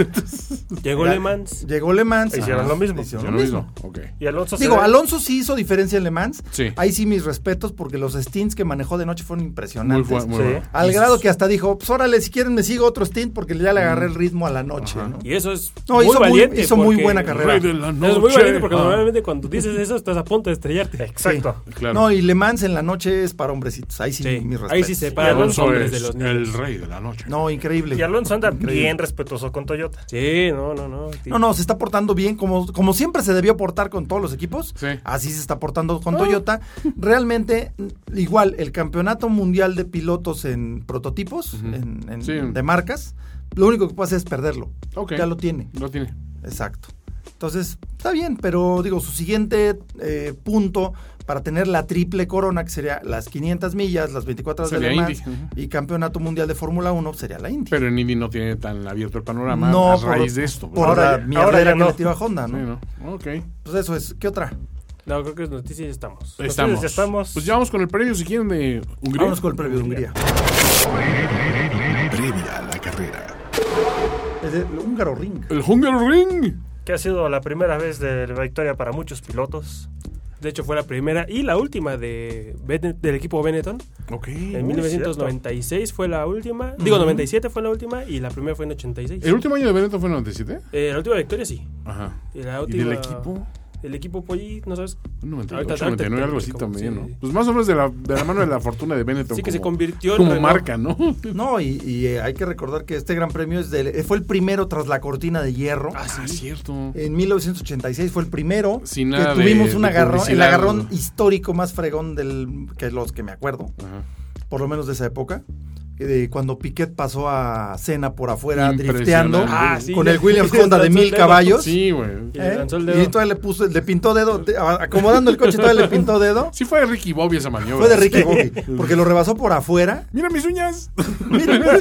Speaker 4: Llegó
Speaker 2: Era-
Speaker 4: Le Mans.
Speaker 2: Llegó Le Mans.
Speaker 5: Hicieron
Speaker 2: Ajá,
Speaker 5: lo mismo.
Speaker 2: hicieron
Speaker 3: Ya
Speaker 2: lo
Speaker 3: lo
Speaker 2: mismo.
Speaker 3: mismo. Ok.
Speaker 5: Y Alonso se
Speaker 2: Digo,
Speaker 5: ve-
Speaker 2: Alonso sí hizo diferencia en Le Mans.
Speaker 3: Sí.
Speaker 2: Ahí sí mis respetos porque los stints que manejó de noche fueron
Speaker 3: Muy
Speaker 2: impresionantes.
Speaker 3: bueno. Muy
Speaker 5: Sí.
Speaker 3: bueno.
Speaker 2: Al grado que hasta dijo, pues órale, si quieren me sigo otro stint porque ya le agarré el ritmo a la noche.
Speaker 3: Ajá.
Speaker 2: ¿no?
Speaker 4: Y eso es
Speaker 2: No,
Speaker 4: muy
Speaker 2: hizo muy-
Speaker 4: valiente.
Speaker 2: hizo muy
Speaker 4: porque-
Speaker 2: buena carrera.
Speaker 3: Rey de la
Speaker 4: Eso es muy
Speaker 3: noche.
Speaker 4: valiente porque
Speaker 3: Ah,
Speaker 4: normalmente cuando dices eso estás a punto de estrellarte.
Speaker 5: Exacto.
Speaker 3: Claro.
Speaker 2: No, y Le Mans en la noche es para hombrecitos. Ahí sí,
Speaker 4: Sí.
Speaker 2: mis respetos.
Speaker 4: Ahí sí se
Speaker 5: Y
Speaker 4: paran los
Speaker 5: Alonso
Speaker 4: hombres de
Speaker 3: es
Speaker 4: los niños.
Speaker 3: el rey de la noche.
Speaker 2: No, increíble.
Speaker 5: Y Alonso anda
Speaker 2: Increíble.
Speaker 5: bien respetuoso con Toyota.
Speaker 4: Sí, no, no, no. sí.
Speaker 2: No, no, se está portando bien, como, como siempre se debió portar con todos los equipos.
Speaker 3: Sí.
Speaker 2: Así se está portando con Toyota. Realmente, mm, igual, el campeonato mundial de pilotos en prototipos, en- en-
Speaker 3: Sí.
Speaker 2: de marcas, lo único que puede hacer es perderlo.
Speaker 3: Ok.
Speaker 2: Ya lo tiene.
Speaker 3: Lo tiene.
Speaker 2: Exacto. Entonces, está bien, pero digo, su siguiente eh, punto para tener la triple corona, que sería las 500 millas, las 24 horas de
Speaker 3: Sería
Speaker 2: Le Mans
Speaker 3: Indy, ajá.
Speaker 2: y campeonato mundial de Fórmula 1, sería la Indy.
Speaker 3: Pero en Indy no tiene tan abierto el panorama
Speaker 2: No,
Speaker 3: a
Speaker 2: por-
Speaker 3: raíz de esto.
Speaker 2: Por
Speaker 3: ¿verdad?
Speaker 2: ahora,
Speaker 5: Ahora- ahora ya
Speaker 2: que
Speaker 5: no.
Speaker 2: le tiró a Honda,
Speaker 3: Sí,
Speaker 2: ¿no?
Speaker 3: ¿no? Ok.
Speaker 2: Pues eso es. ¿Qué otra?
Speaker 4: No, creo que es noticia y estamos.
Speaker 3: Estamos.
Speaker 5: ya estamos.
Speaker 3: Pues ya vamos con el previo, si quieren, de Hungría.
Speaker 2: Vamos con el previo de Hungría.
Speaker 1: Previa a la carrera.
Speaker 2: Es el húngaro ring.
Speaker 3: El Hungary Ring.
Speaker 5: Que ha sido la primera vez de la victoria para muchos pilotos.
Speaker 4: De hecho, fue la primera y la última de Bene- del equipo Benetton.
Speaker 3: Ok.
Speaker 4: En
Speaker 5: Muy
Speaker 4: 1996 fue la última. Digo, 97 fue la última y la primera fue en 86.
Speaker 3: ¿El último año de Benetton fue en 97?
Speaker 4: Eh, la última victoria sí.
Speaker 3: Ajá.
Speaker 4: Y la
Speaker 3: ¿Y
Speaker 4: última,
Speaker 3: del equipo?
Speaker 4: El equipo Polly, no sabes.
Speaker 3: Un 98,
Speaker 4: Ahorita- ahorita
Speaker 3: 99, algo así
Speaker 4: te-
Speaker 3: también,
Speaker 4: sí.
Speaker 3: ¿no? Pues más o menos de la, de la mano de la fortuna de Benetton.
Speaker 4: Sí, que se
Speaker 3: como-
Speaker 4: convirtió en
Speaker 3: Como
Speaker 4: Renault.
Speaker 3: marca, ¿no?
Speaker 2: No, y, y, eh, hay que recordar que este gran premio es del- eh, fue el primero tras la cortina de hierro.
Speaker 3: Ah, sí, es cierto.
Speaker 2: En 1986 fue el primero
Speaker 3: Sin nada
Speaker 2: que tuvimos
Speaker 3: de-
Speaker 2: un
Speaker 3: de
Speaker 2: agarrón, el
Speaker 3: publicidad.
Speaker 2: agarrón histórico más fregón del que los que me acuerdo,
Speaker 3: Ajá.
Speaker 2: por lo menos de esa época, que de cuando Piquet pasó a cena por afuera drifteando
Speaker 3: Impresionante. Ah,
Speaker 4: sí,
Speaker 2: con
Speaker 4: ya-
Speaker 2: el
Speaker 4: *laughs*
Speaker 2: Williams
Speaker 4: ya
Speaker 2: Honda de
Speaker 4: lanzó el
Speaker 2: mil
Speaker 4: dedo.
Speaker 2: caballos.
Speaker 3: Sí, güey.
Speaker 4: Y
Speaker 2: ¿eh?
Speaker 4: le lanzó el dedo.
Speaker 2: Y todavía le puso, le pintó dedo, de- a- acomodando el coche todavía le pintó dedo.
Speaker 3: Sí fue de Ricky Bobby esa maniobra.
Speaker 2: Fue de Ricky Bobby, porque lo rebasó por afuera
Speaker 3: Mira mis uñas.
Speaker 2: Mira, mira.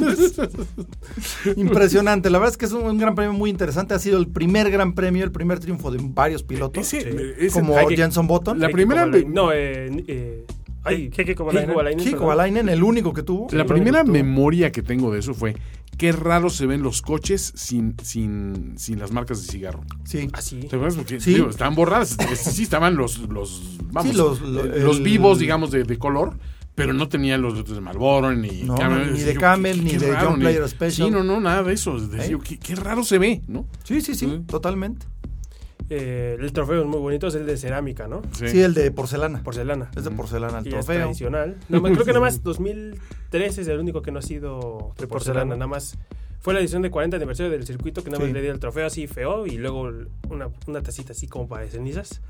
Speaker 2: Impresionante, la verdad es que es un, un gran premio muy interesante, ha sido el primer gran premio, el primer triunfo de varios pilotos,
Speaker 3: Ese-
Speaker 4: Sí.
Speaker 3: ese-
Speaker 2: como
Speaker 3: hay que-
Speaker 2: Jenson Button,
Speaker 3: La
Speaker 4: Heikki
Speaker 3: primera-
Speaker 4: Kovalainen. No, eh. eh
Speaker 5: Ay, Heikki Kovalainen.
Speaker 2: Chico
Speaker 4: perdón.
Speaker 2: Alainen, el único que tuvo.
Speaker 3: La primera
Speaker 2: Tuvo.
Speaker 3: memoria que tengo de eso fue qué raro se ven los coches sin, sin, sin las marcas de cigarro.
Speaker 2: Sí.
Speaker 4: Ah, sí.
Speaker 3: ¿Te acuerdas? Porque
Speaker 2: Sí.
Speaker 3: digo, estaban
Speaker 2: *laughs*
Speaker 3: borradas. Es- Sí, estaban los, los, vamos, eh,
Speaker 2: Sí, los-
Speaker 3: los,
Speaker 2: lo- el-
Speaker 3: vivos, digamos, de, de color, pero no tenían los letras de Marlboro, ni,
Speaker 2: No,
Speaker 3: Camel.
Speaker 2: ni
Speaker 3: Decía
Speaker 2: de
Speaker 3: yo,
Speaker 2: Camel,
Speaker 3: qué-
Speaker 2: ni
Speaker 3: qué
Speaker 2: de John
Speaker 3: ni-
Speaker 2: Player Special.
Speaker 3: Sí,
Speaker 2: ¿Eh?
Speaker 3: no, no, nada de eso. Decía yo, qué, qué raro se ve, ¿no?
Speaker 2: Sí, sí, sí,
Speaker 3: Sí.
Speaker 2: totalmente.
Speaker 4: Eh, el trofeo es muy bonito, es el de cerámica, ¿no?
Speaker 3: Sí.
Speaker 2: Sí, el de porcelana.
Speaker 4: Porcelana.
Speaker 2: Es de porcelana el
Speaker 4: Y es
Speaker 2: trofeo.
Speaker 4: tradicional. Nada más- creo que
Speaker 2: *laughs*
Speaker 4: nada más 2013 es el único que no ha sido de porcelana.
Speaker 5: Porcelana.
Speaker 4: Nada más fue la edición de 40 aniversario del circuito que nada más
Speaker 2: Sí.
Speaker 4: le dio el trofeo así feo y luego una, una tacita así como para de cenizas.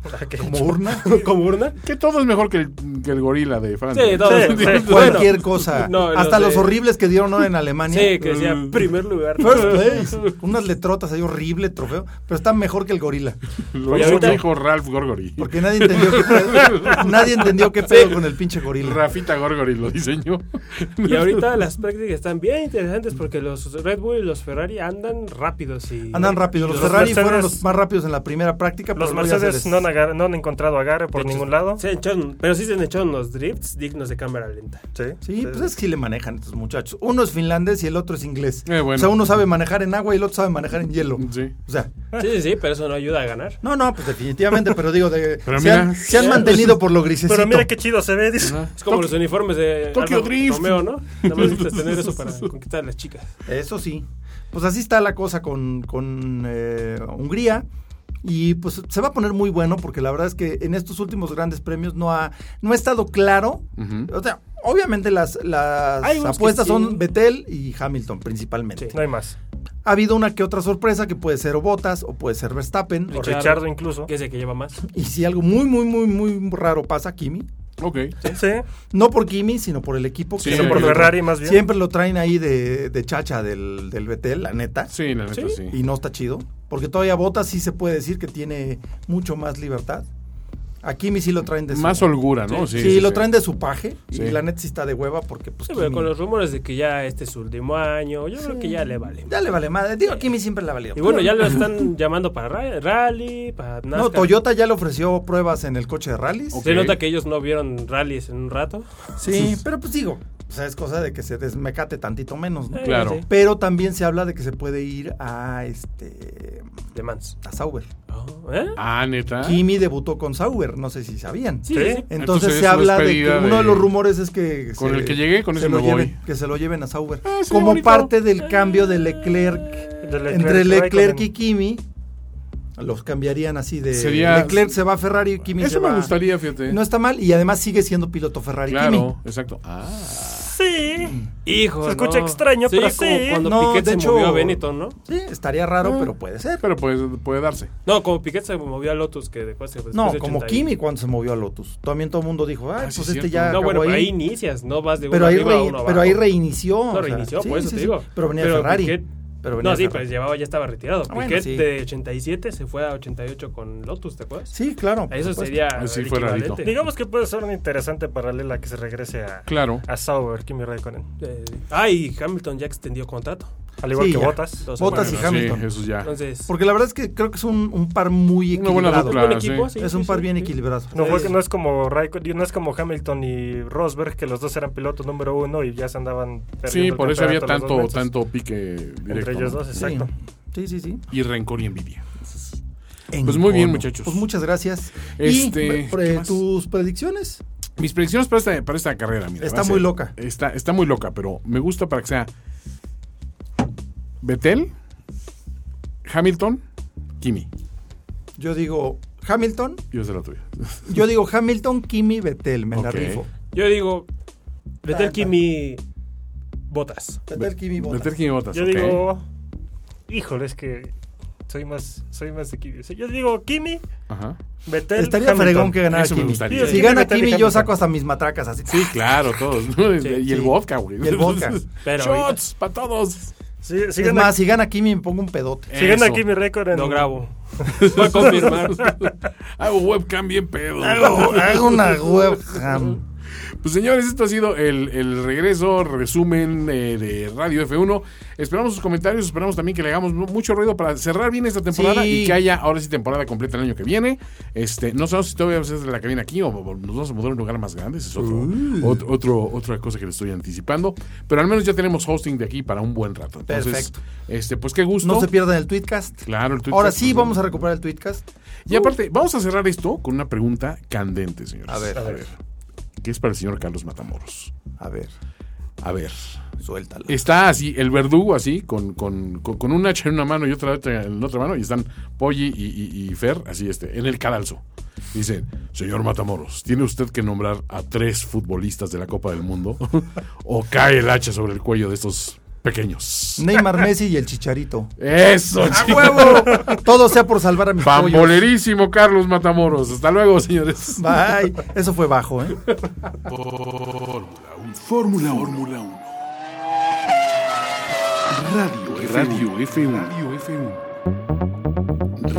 Speaker 4: Para que-
Speaker 2: *laughs* Como urna.
Speaker 4: como
Speaker 2: *laughs*
Speaker 4: urna.
Speaker 3: Que todo es mejor que el, que el gorila de Francia.
Speaker 4: Sí, todo.
Speaker 5: Sí, sí.
Speaker 4: *laughs* Bueno,
Speaker 2: Cualquier cosa.
Speaker 4: *laughs* No, los
Speaker 2: Hasta los,
Speaker 4: de-
Speaker 2: horribles que dieron ¿no? en Alemania. Mm.
Speaker 4: Sí, que decía primer lugar.
Speaker 2: First
Speaker 4: *laughs*
Speaker 2: place. Unas letrotas ahí horrible trofeo. Pero está mejor que el gorila.
Speaker 3: *laughs* Lo
Speaker 4: Oye,
Speaker 3: hizo
Speaker 4: ahorita-
Speaker 3: dijo Ralph Gorgory.
Speaker 2: Porque nadie entendió qué pedo, nadie entendió qué pedo con el pinche gorila.
Speaker 3: Rafita Gorgory lo diseñó.
Speaker 4: Y ahorita las prácticas están bien interesantes porque los Red Bull y los Ferrari andan rápidos. Y,
Speaker 2: Andan rápido. Los,
Speaker 5: Los
Speaker 2: Ferrari
Speaker 5: Mercedes-
Speaker 2: fueron los más rápidos en la primera práctica. pero
Speaker 5: Los
Speaker 2: luego ya se
Speaker 5: Mercedes
Speaker 2: les-
Speaker 5: no han, agar- no han encontrado agarre por
Speaker 4: De hecho,
Speaker 5: ningún lado.
Speaker 4: se han echado- pero sí se han echado unos drifts dignos de cámara lenta.
Speaker 2: Sí, pues es que sí le manejan estos muchachos. Uno es finlandés y el otro es inglés.
Speaker 3: Eh, bueno.
Speaker 2: O sea, uno sabe manejar en agua y el otro sabe manejar en hielo.
Speaker 3: Sí.
Speaker 2: O sea,
Speaker 4: Sí, sí, sí, pero eso no ayuda a ganar.
Speaker 2: no, no, pues definitivamente, pero digo, de-
Speaker 3: Pero
Speaker 2: se,
Speaker 3: mira.
Speaker 2: han, se han mantenido por lo grisecito.
Speaker 5: Pero mira qué chido se ve. dice.
Speaker 3: Ajá.
Speaker 4: Es como los uniformes de
Speaker 3: Tokyo
Speaker 4: Alfa
Speaker 3: Drift.
Speaker 4: Romeo, ¿no? Nada más necesitas tener eso para conquistar a las chicas.
Speaker 2: Eso sí. Pues así está la cosa con, con, eh, Hungría. Y pues se va a poner muy bueno porque la verdad es que en estos últimos grandes premios no ha, no ha estado claro.
Speaker 3: Ujú.
Speaker 2: O sea, obviamente las, las
Speaker 4: Hay unos que
Speaker 2: apuestas
Speaker 4: sí.
Speaker 2: son Vettel y Hamilton principalmente.
Speaker 4: Sí.
Speaker 5: No hay más.
Speaker 2: Ha habido una que otra sorpresa que puede ser o Bottas o puede ser Verstappen.
Speaker 5: O
Speaker 4: Richardo.
Speaker 5: Richardo incluso.
Speaker 4: Que es el que lleva más.
Speaker 2: Y si algo muy, muy, muy, muy raro pasa, Kimi.
Speaker 3: *laughs* Ok.
Speaker 5: Sí.
Speaker 2: No por Kimi, sino por el equipo.
Speaker 3: Sí,
Speaker 5: Sino
Speaker 2: siempre
Speaker 5: por
Speaker 2: lo-
Speaker 5: Ferrari más bien.
Speaker 2: Siempre lo traen ahí de, de chacha del, del Vettel, la neta.
Speaker 3: Sí, la neta, sí.
Speaker 2: y no está chido. Porque todavía Bota sí se puede decir que tiene mucho más libertad. Aquí mi sí lo traen de su
Speaker 3: Más holgura, ¿no?
Speaker 2: Sí, lo traen de su paje.
Speaker 3: Sí.
Speaker 2: Y la neta sí está de hueva porque pues.
Speaker 4: Sí, pero
Speaker 2: Kimi-
Speaker 4: con los rumores de que ya este es su último año, yo creo que ya le vale.
Speaker 2: Ya le vale madre. Digo, a Kimi siempre le ha valido.
Speaker 4: Y bueno,
Speaker 2: Pero-
Speaker 4: ya lo están llamando para ra- rally, para NASCAR.
Speaker 2: No, Toyota ya le ofreció pruebas en el coche de rallies.
Speaker 3: Ok.
Speaker 4: Se nota que ellos no vieron rallies en un rato.
Speaker 2: Sí, pero pues digo, o sea, es cosa de que se desmecate tantito menos, ¿no?
Speaker 4: Eh,
Speaker 3: Claro.
Speaker 4: sí.
Speaker 2: Pero también se habla de que se puede ir a este
Speaker 4: Le Mans.
Speaker 2: a Sauber.
Speaker 4: Oh, ¿eh?
Speaker 3: Ah, neta.
Speaker 2: Kimi debutó con Sauber, no sé si sabían.
Speaker 4: Sí,
Speaker 5: Sí.
Speaker 4: sí.
Speaker 2: Entonces,
Speaker 3: Entonces es
Speaker 2: se
Speaker 3: su
Speaker 2: habla de que
Speaker 3: despedida
Speaker 2: uno
Speaker 3: de-
Speaker 2: de los rumores es que
Speaker 3: Con el que llegué, con
Speaker 2: se
Speaker 3: ese
Speaker 2: lo
Speaker 3: me voy.
Speaker 2: lleven- que se lo lleven a Sauber
Speaker 3: Ah, sería
Speaker 2: como
Speaker 3: bonito.
Speaker 2: parte del cambio de Leclerc
Speaker 5: De Leclerc
Speaker 2: entre
Speaker 5: y
Speaker 2: Leclerc y
Speaker 5: Raikkonen.
Speaker 2: Kimi los cambiarían así de
Speaker 3: Sería-
Speaker 2: Leclerc se va a Ferrari y Kimi se
Speaker 3: Eso
Speaker 2: va
Speaker 3: me gustaría, fíjate.
Speaker 2: no está mal y además sigue siendo piloto Ferrari Kimi
Speaker 3: claro, exacto. Ah,
Speaker 2: Mm.
Speaker 5: Sí.
Speaker 4: Hijo,
Speaker 5: Se escucha
Speaker 4: no.
Speaker 5: extraño,
Speaker 4: Sí,
Speaker 5: pero
Speaker 4: como
Speaker 5: sí.
Speaker 4: cuando
Speaker 2: No,
Speaker 4: Piquet
Speaker 2: de
Speaker 4: se
Speaker 2: hecho-
Speaker 4: movió a Benetton, ¿no?
Speaker 2: Sí, estaría raro, pero puede ser.
Speaker 3: Ah, pero puede, puede darse.
Speaker 4: No, como Piquet se movió a Lotus, que después se después
Speaker 2: no,
Speaker 4: de
Speaker 2: como
Speaker 4: 80 y-
Speaker 2: Kimi cuando se movió a Lotus. También todo el mundo dijo, ah,
Speaker 3: Ah,
Speaker 2: pues
Speaker 3: sí,
Speaker 2: este
Speaker 3: cierto.
Speaker 2: ya
Speaker 4: No,
Speaker 2: acabó
Speaker 4: bueno, pero ahí
Speaker 2: ahí.
Speaker 4: inicias, no vas de uno
Speaker 2: pero, ahí
Speaker 4: arriba a
Speaker 2: rei-
Speaker 4: uno
Speaker 2: pero ahí
Speaker 4: abajo.
Speaker 2: reinició. o sea,
Speaker 4: reinició,
Speaker 2: sí,
Speaker 4: por eso
Speaker 2: sí,
Speaker 4: te
Speaker 2: sí,
Speaker 4: digo.
Speaker 2: Pero venía
Speaker 4: Pero
Speaker 2: Ferrari.
Speaker 4: Piquet-
Speaker 2: pero venía
Speaker 4: No, sí,
Speaker 2: Ferrari.
Speaker 4: pues llevaba, ya estaba retirado.
Speaker 2: Ah, bueno,
Speaker 4: Piquet
Speaker 2: sí.
Speaker 4: de 87 se fue a 88 con Lotus, ¿te acuerdas?
Speaker 2: Sí, claro. por
Speaker 4: Eso
Speaker 2: supuesto.
Speaker 4: sería
Speaker 3: Así
Speaker 4: el
Speaker 3: fue
Speaker 4: equivalente.
Speaker 3: rarito.
Speaker 5: Digamos que puede ser una interesante paralela que se regrese a,
Speaker 3: Claro.
Speaker 5: a Sauber, Kimi Raikkonen.
Speaker 4: Eh, ah, y Hamilton ya extendió contrato.
Speaker 5: Al igual
Speaker 2: Sí,
Speaker 5: que
Speaker 2: ya.
Speaker 5: Botas.
Speaker 4: Dos
Speaker 2: Botas
Speaker 4: semanas.
Speaker 2: y Hamilton.
Speaker 3: Sí, eso ya.
Speaker 4: Entonces,
Speaker 2: Porque la verdad es que creo que es un, un par muy
Speaker 3: Una buena
Speaker 2: equilibrado.
Speaker 3: dupla.
Speaker 4: buen
Speaker 3: Ah, sí.
Speaker 4: equipo, sí,
Speaker 2: Es
Speaker 4: sí,
Speaker 2: un
Speaker 4: sí,
Speaker 2: par bien
Speaker 4: sí.
Speaker 2: equilibrado.
Speaker 5: No, fue
Speaker 4: Sí.
Speaker 5: que no es como Raikkonen, no es como Hamilton y Rosberg, que los dos eran pilotos número uno y ya se andaban perdiendo
Speaker 3: Sí,
Speaker 5: el
Speaker 3: por eso había
Speaker 5: campeonato los
Speaker 3: tanto,
Speaker 5: dos meses.
Speaker 3: tanto pique directo.
Speaker 5: Entre ellos
Speaker 3: ¿no?
Speaker 5: dos,
Speaker 2: Sí.
Speaker 5: exacto.
Speaker 2: Sí, sí, sí.
Speaker 3: Y rencor y envidia.
Speaker 2: En
Speaker 3: Pues muy bien,
Speaker 2: cono.
Speaker 3: muchachos.
Speaker 2: Pues muchas gracias.
Speaker 3: Este,
Speaker 2: y
Speaker 3: ¿qué
Speaker 2: pre-
Speaker 3: más?
Speaker 2: tus predicciones.
Speaker 3: Mis predicciones para esta, para esta carrera, mira.
Speaker 2: Está
Speaker 3: va a
Speaker 2: muy loca.
Speaker 3: Está, está muy loca, pero me gusta para que sea Betel, Hamilton, Kimi.
Speaker 2: Yo digo Hamilton.
Speaker 3: Yo sé la tuya.
Speaker 2: Yo digo Hamilton, Kimi, Vettel. Me la
Speaker 3: Ok.
Speaker 2: rifo.
Speaker 4: Yo digo,
Speaker 2: Ta,
Speaker 4: Betel
Speaker 2: ta.
Speaker 4: Kimi Botas.
Speaker 2: Vettel, Kimi, Bottas.
Speaker 3: Betel, Kimi, Botas.
Speaker 5: Yo
Speaker 2: Pues
Speaker 3: ok.
Speaker 5: digo, híjole, es que soy más, soy más de Kimi. Yo digo Kimi,
Speaker 3: Ajá.
Speaker 5: Vettel,
Speaker 2: Estaría
Speaker 5: Hamilton.
Speaker 2: fregón que ganara
Speaker 3: Eso me
Speaker 2: Kimi.
Speaker 3: gustaría.
Speaker 2: Si
Speaker 5: Kimi,
Speaker 2: gana
Speaker 5: Vettel y
Speaker 2: Kimi, yo
Speaker 5: Hamilton.
Speaker 2: saco hasta mis matracas así.
Speaker 3: Sí, claro, todos. ¿no?
Speaker 4: Sí,
Speaker 3: y el
Speaker 2: sí.
Speaker 3: vodka, güey.
Speaker 2: Y el vodka.
Speaker 4: Pero
Speaker 3: Shots para todos.
Speaker 5: Sí, sí
Speaker 2: es
Speaker 5: gana,
Speaker 2: más, si gana Kimi, me pongo un pedote.
Speaker 5: sí gana
Speaker 3: Eso.
Speaker 5: Kimi Raikkonen.
Speaker 4: No grabo. Voy a confirmar.
Speaker 3: Hago webcam bien pedo.
Speaker 2: Hago, hago una webcam.
Speaker 3: Pues señores, esto ha sido el, el regreso, resumen eh, de Radio F1. Esperamos sus comentarios, esperamos también que le hagamos mu- mucho ruido para cerrar bien esta temporada
Speaker 2: Sí.
Speaker 3: y que haya ahora sí temporada completa el año que viene. Este, no sabemos si todavía vamos a hacer la cabina aquí o, o nos vamos a mudar a un lugar más grande, ese es otro, ot- otro- otra cosa que le estoy anticipando. Pero al menos ya tenemos hosting de aquí para un buen rato. Entonces,
Speaker 2: Perfecto.
Speaker 3: este, pues qué gusto.
Speaker 2: No se pierdan el tweetcast.
Speaker 3: Claro, el Twitter. pues,
Speaker 2: Ahora sí vamos a recuperar el tweetcast.
Speaker 3: Y aparte, vamos a cerrar esto con una pregunta candente, señores.
Speaker 2: A ver,
Speaker 5: A ver.
Speaker 3: Que es para el señor Carlos Matamoros.
Speaker 2: a ver,
Speaker 3: A ver.
Speaker 2: suéltalo.
Speaker 3: Está así, el verdugo así, con, con, con, con un hacha en una mano y otra otra en la otra mano, y están Polly y, y- y Fer, así este, en el cadalso. Dicen, señor Matamoros, ¿tiene usted que nombrar a tres futbolistas de la Copa del Mundo? ¿O cae el hacha sobre el cuello de estos pequeños?
Speaker 2: Neymar Messi y el chicharito.
Speaker 3: ¡Eso, chico!
Speaker 2: ¡Huevo! Todo sea por salvar a mis pollos.
Speaker 3: ¡Pambolerísimo, Carlos Matamoros! ¡Hasta luego, señores!
Speaker 2: Bye. Eso fue bajo, ¿eh?
Speaker 1: Fórmula 1. Fórmula 1. Radio, Radio F1. Radio F1.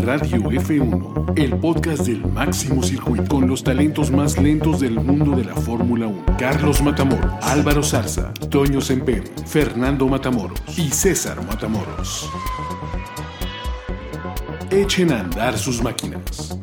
Speaker 1: Radio F1, el podcast del máximo circuito con los talentos más lentos del mundo de la Fórmula 1. Carlos Matamoros, Álvaro Zarza, Toño Semper, Fernando Matamoros y César Matamoros. Echen a andar sus máquinas.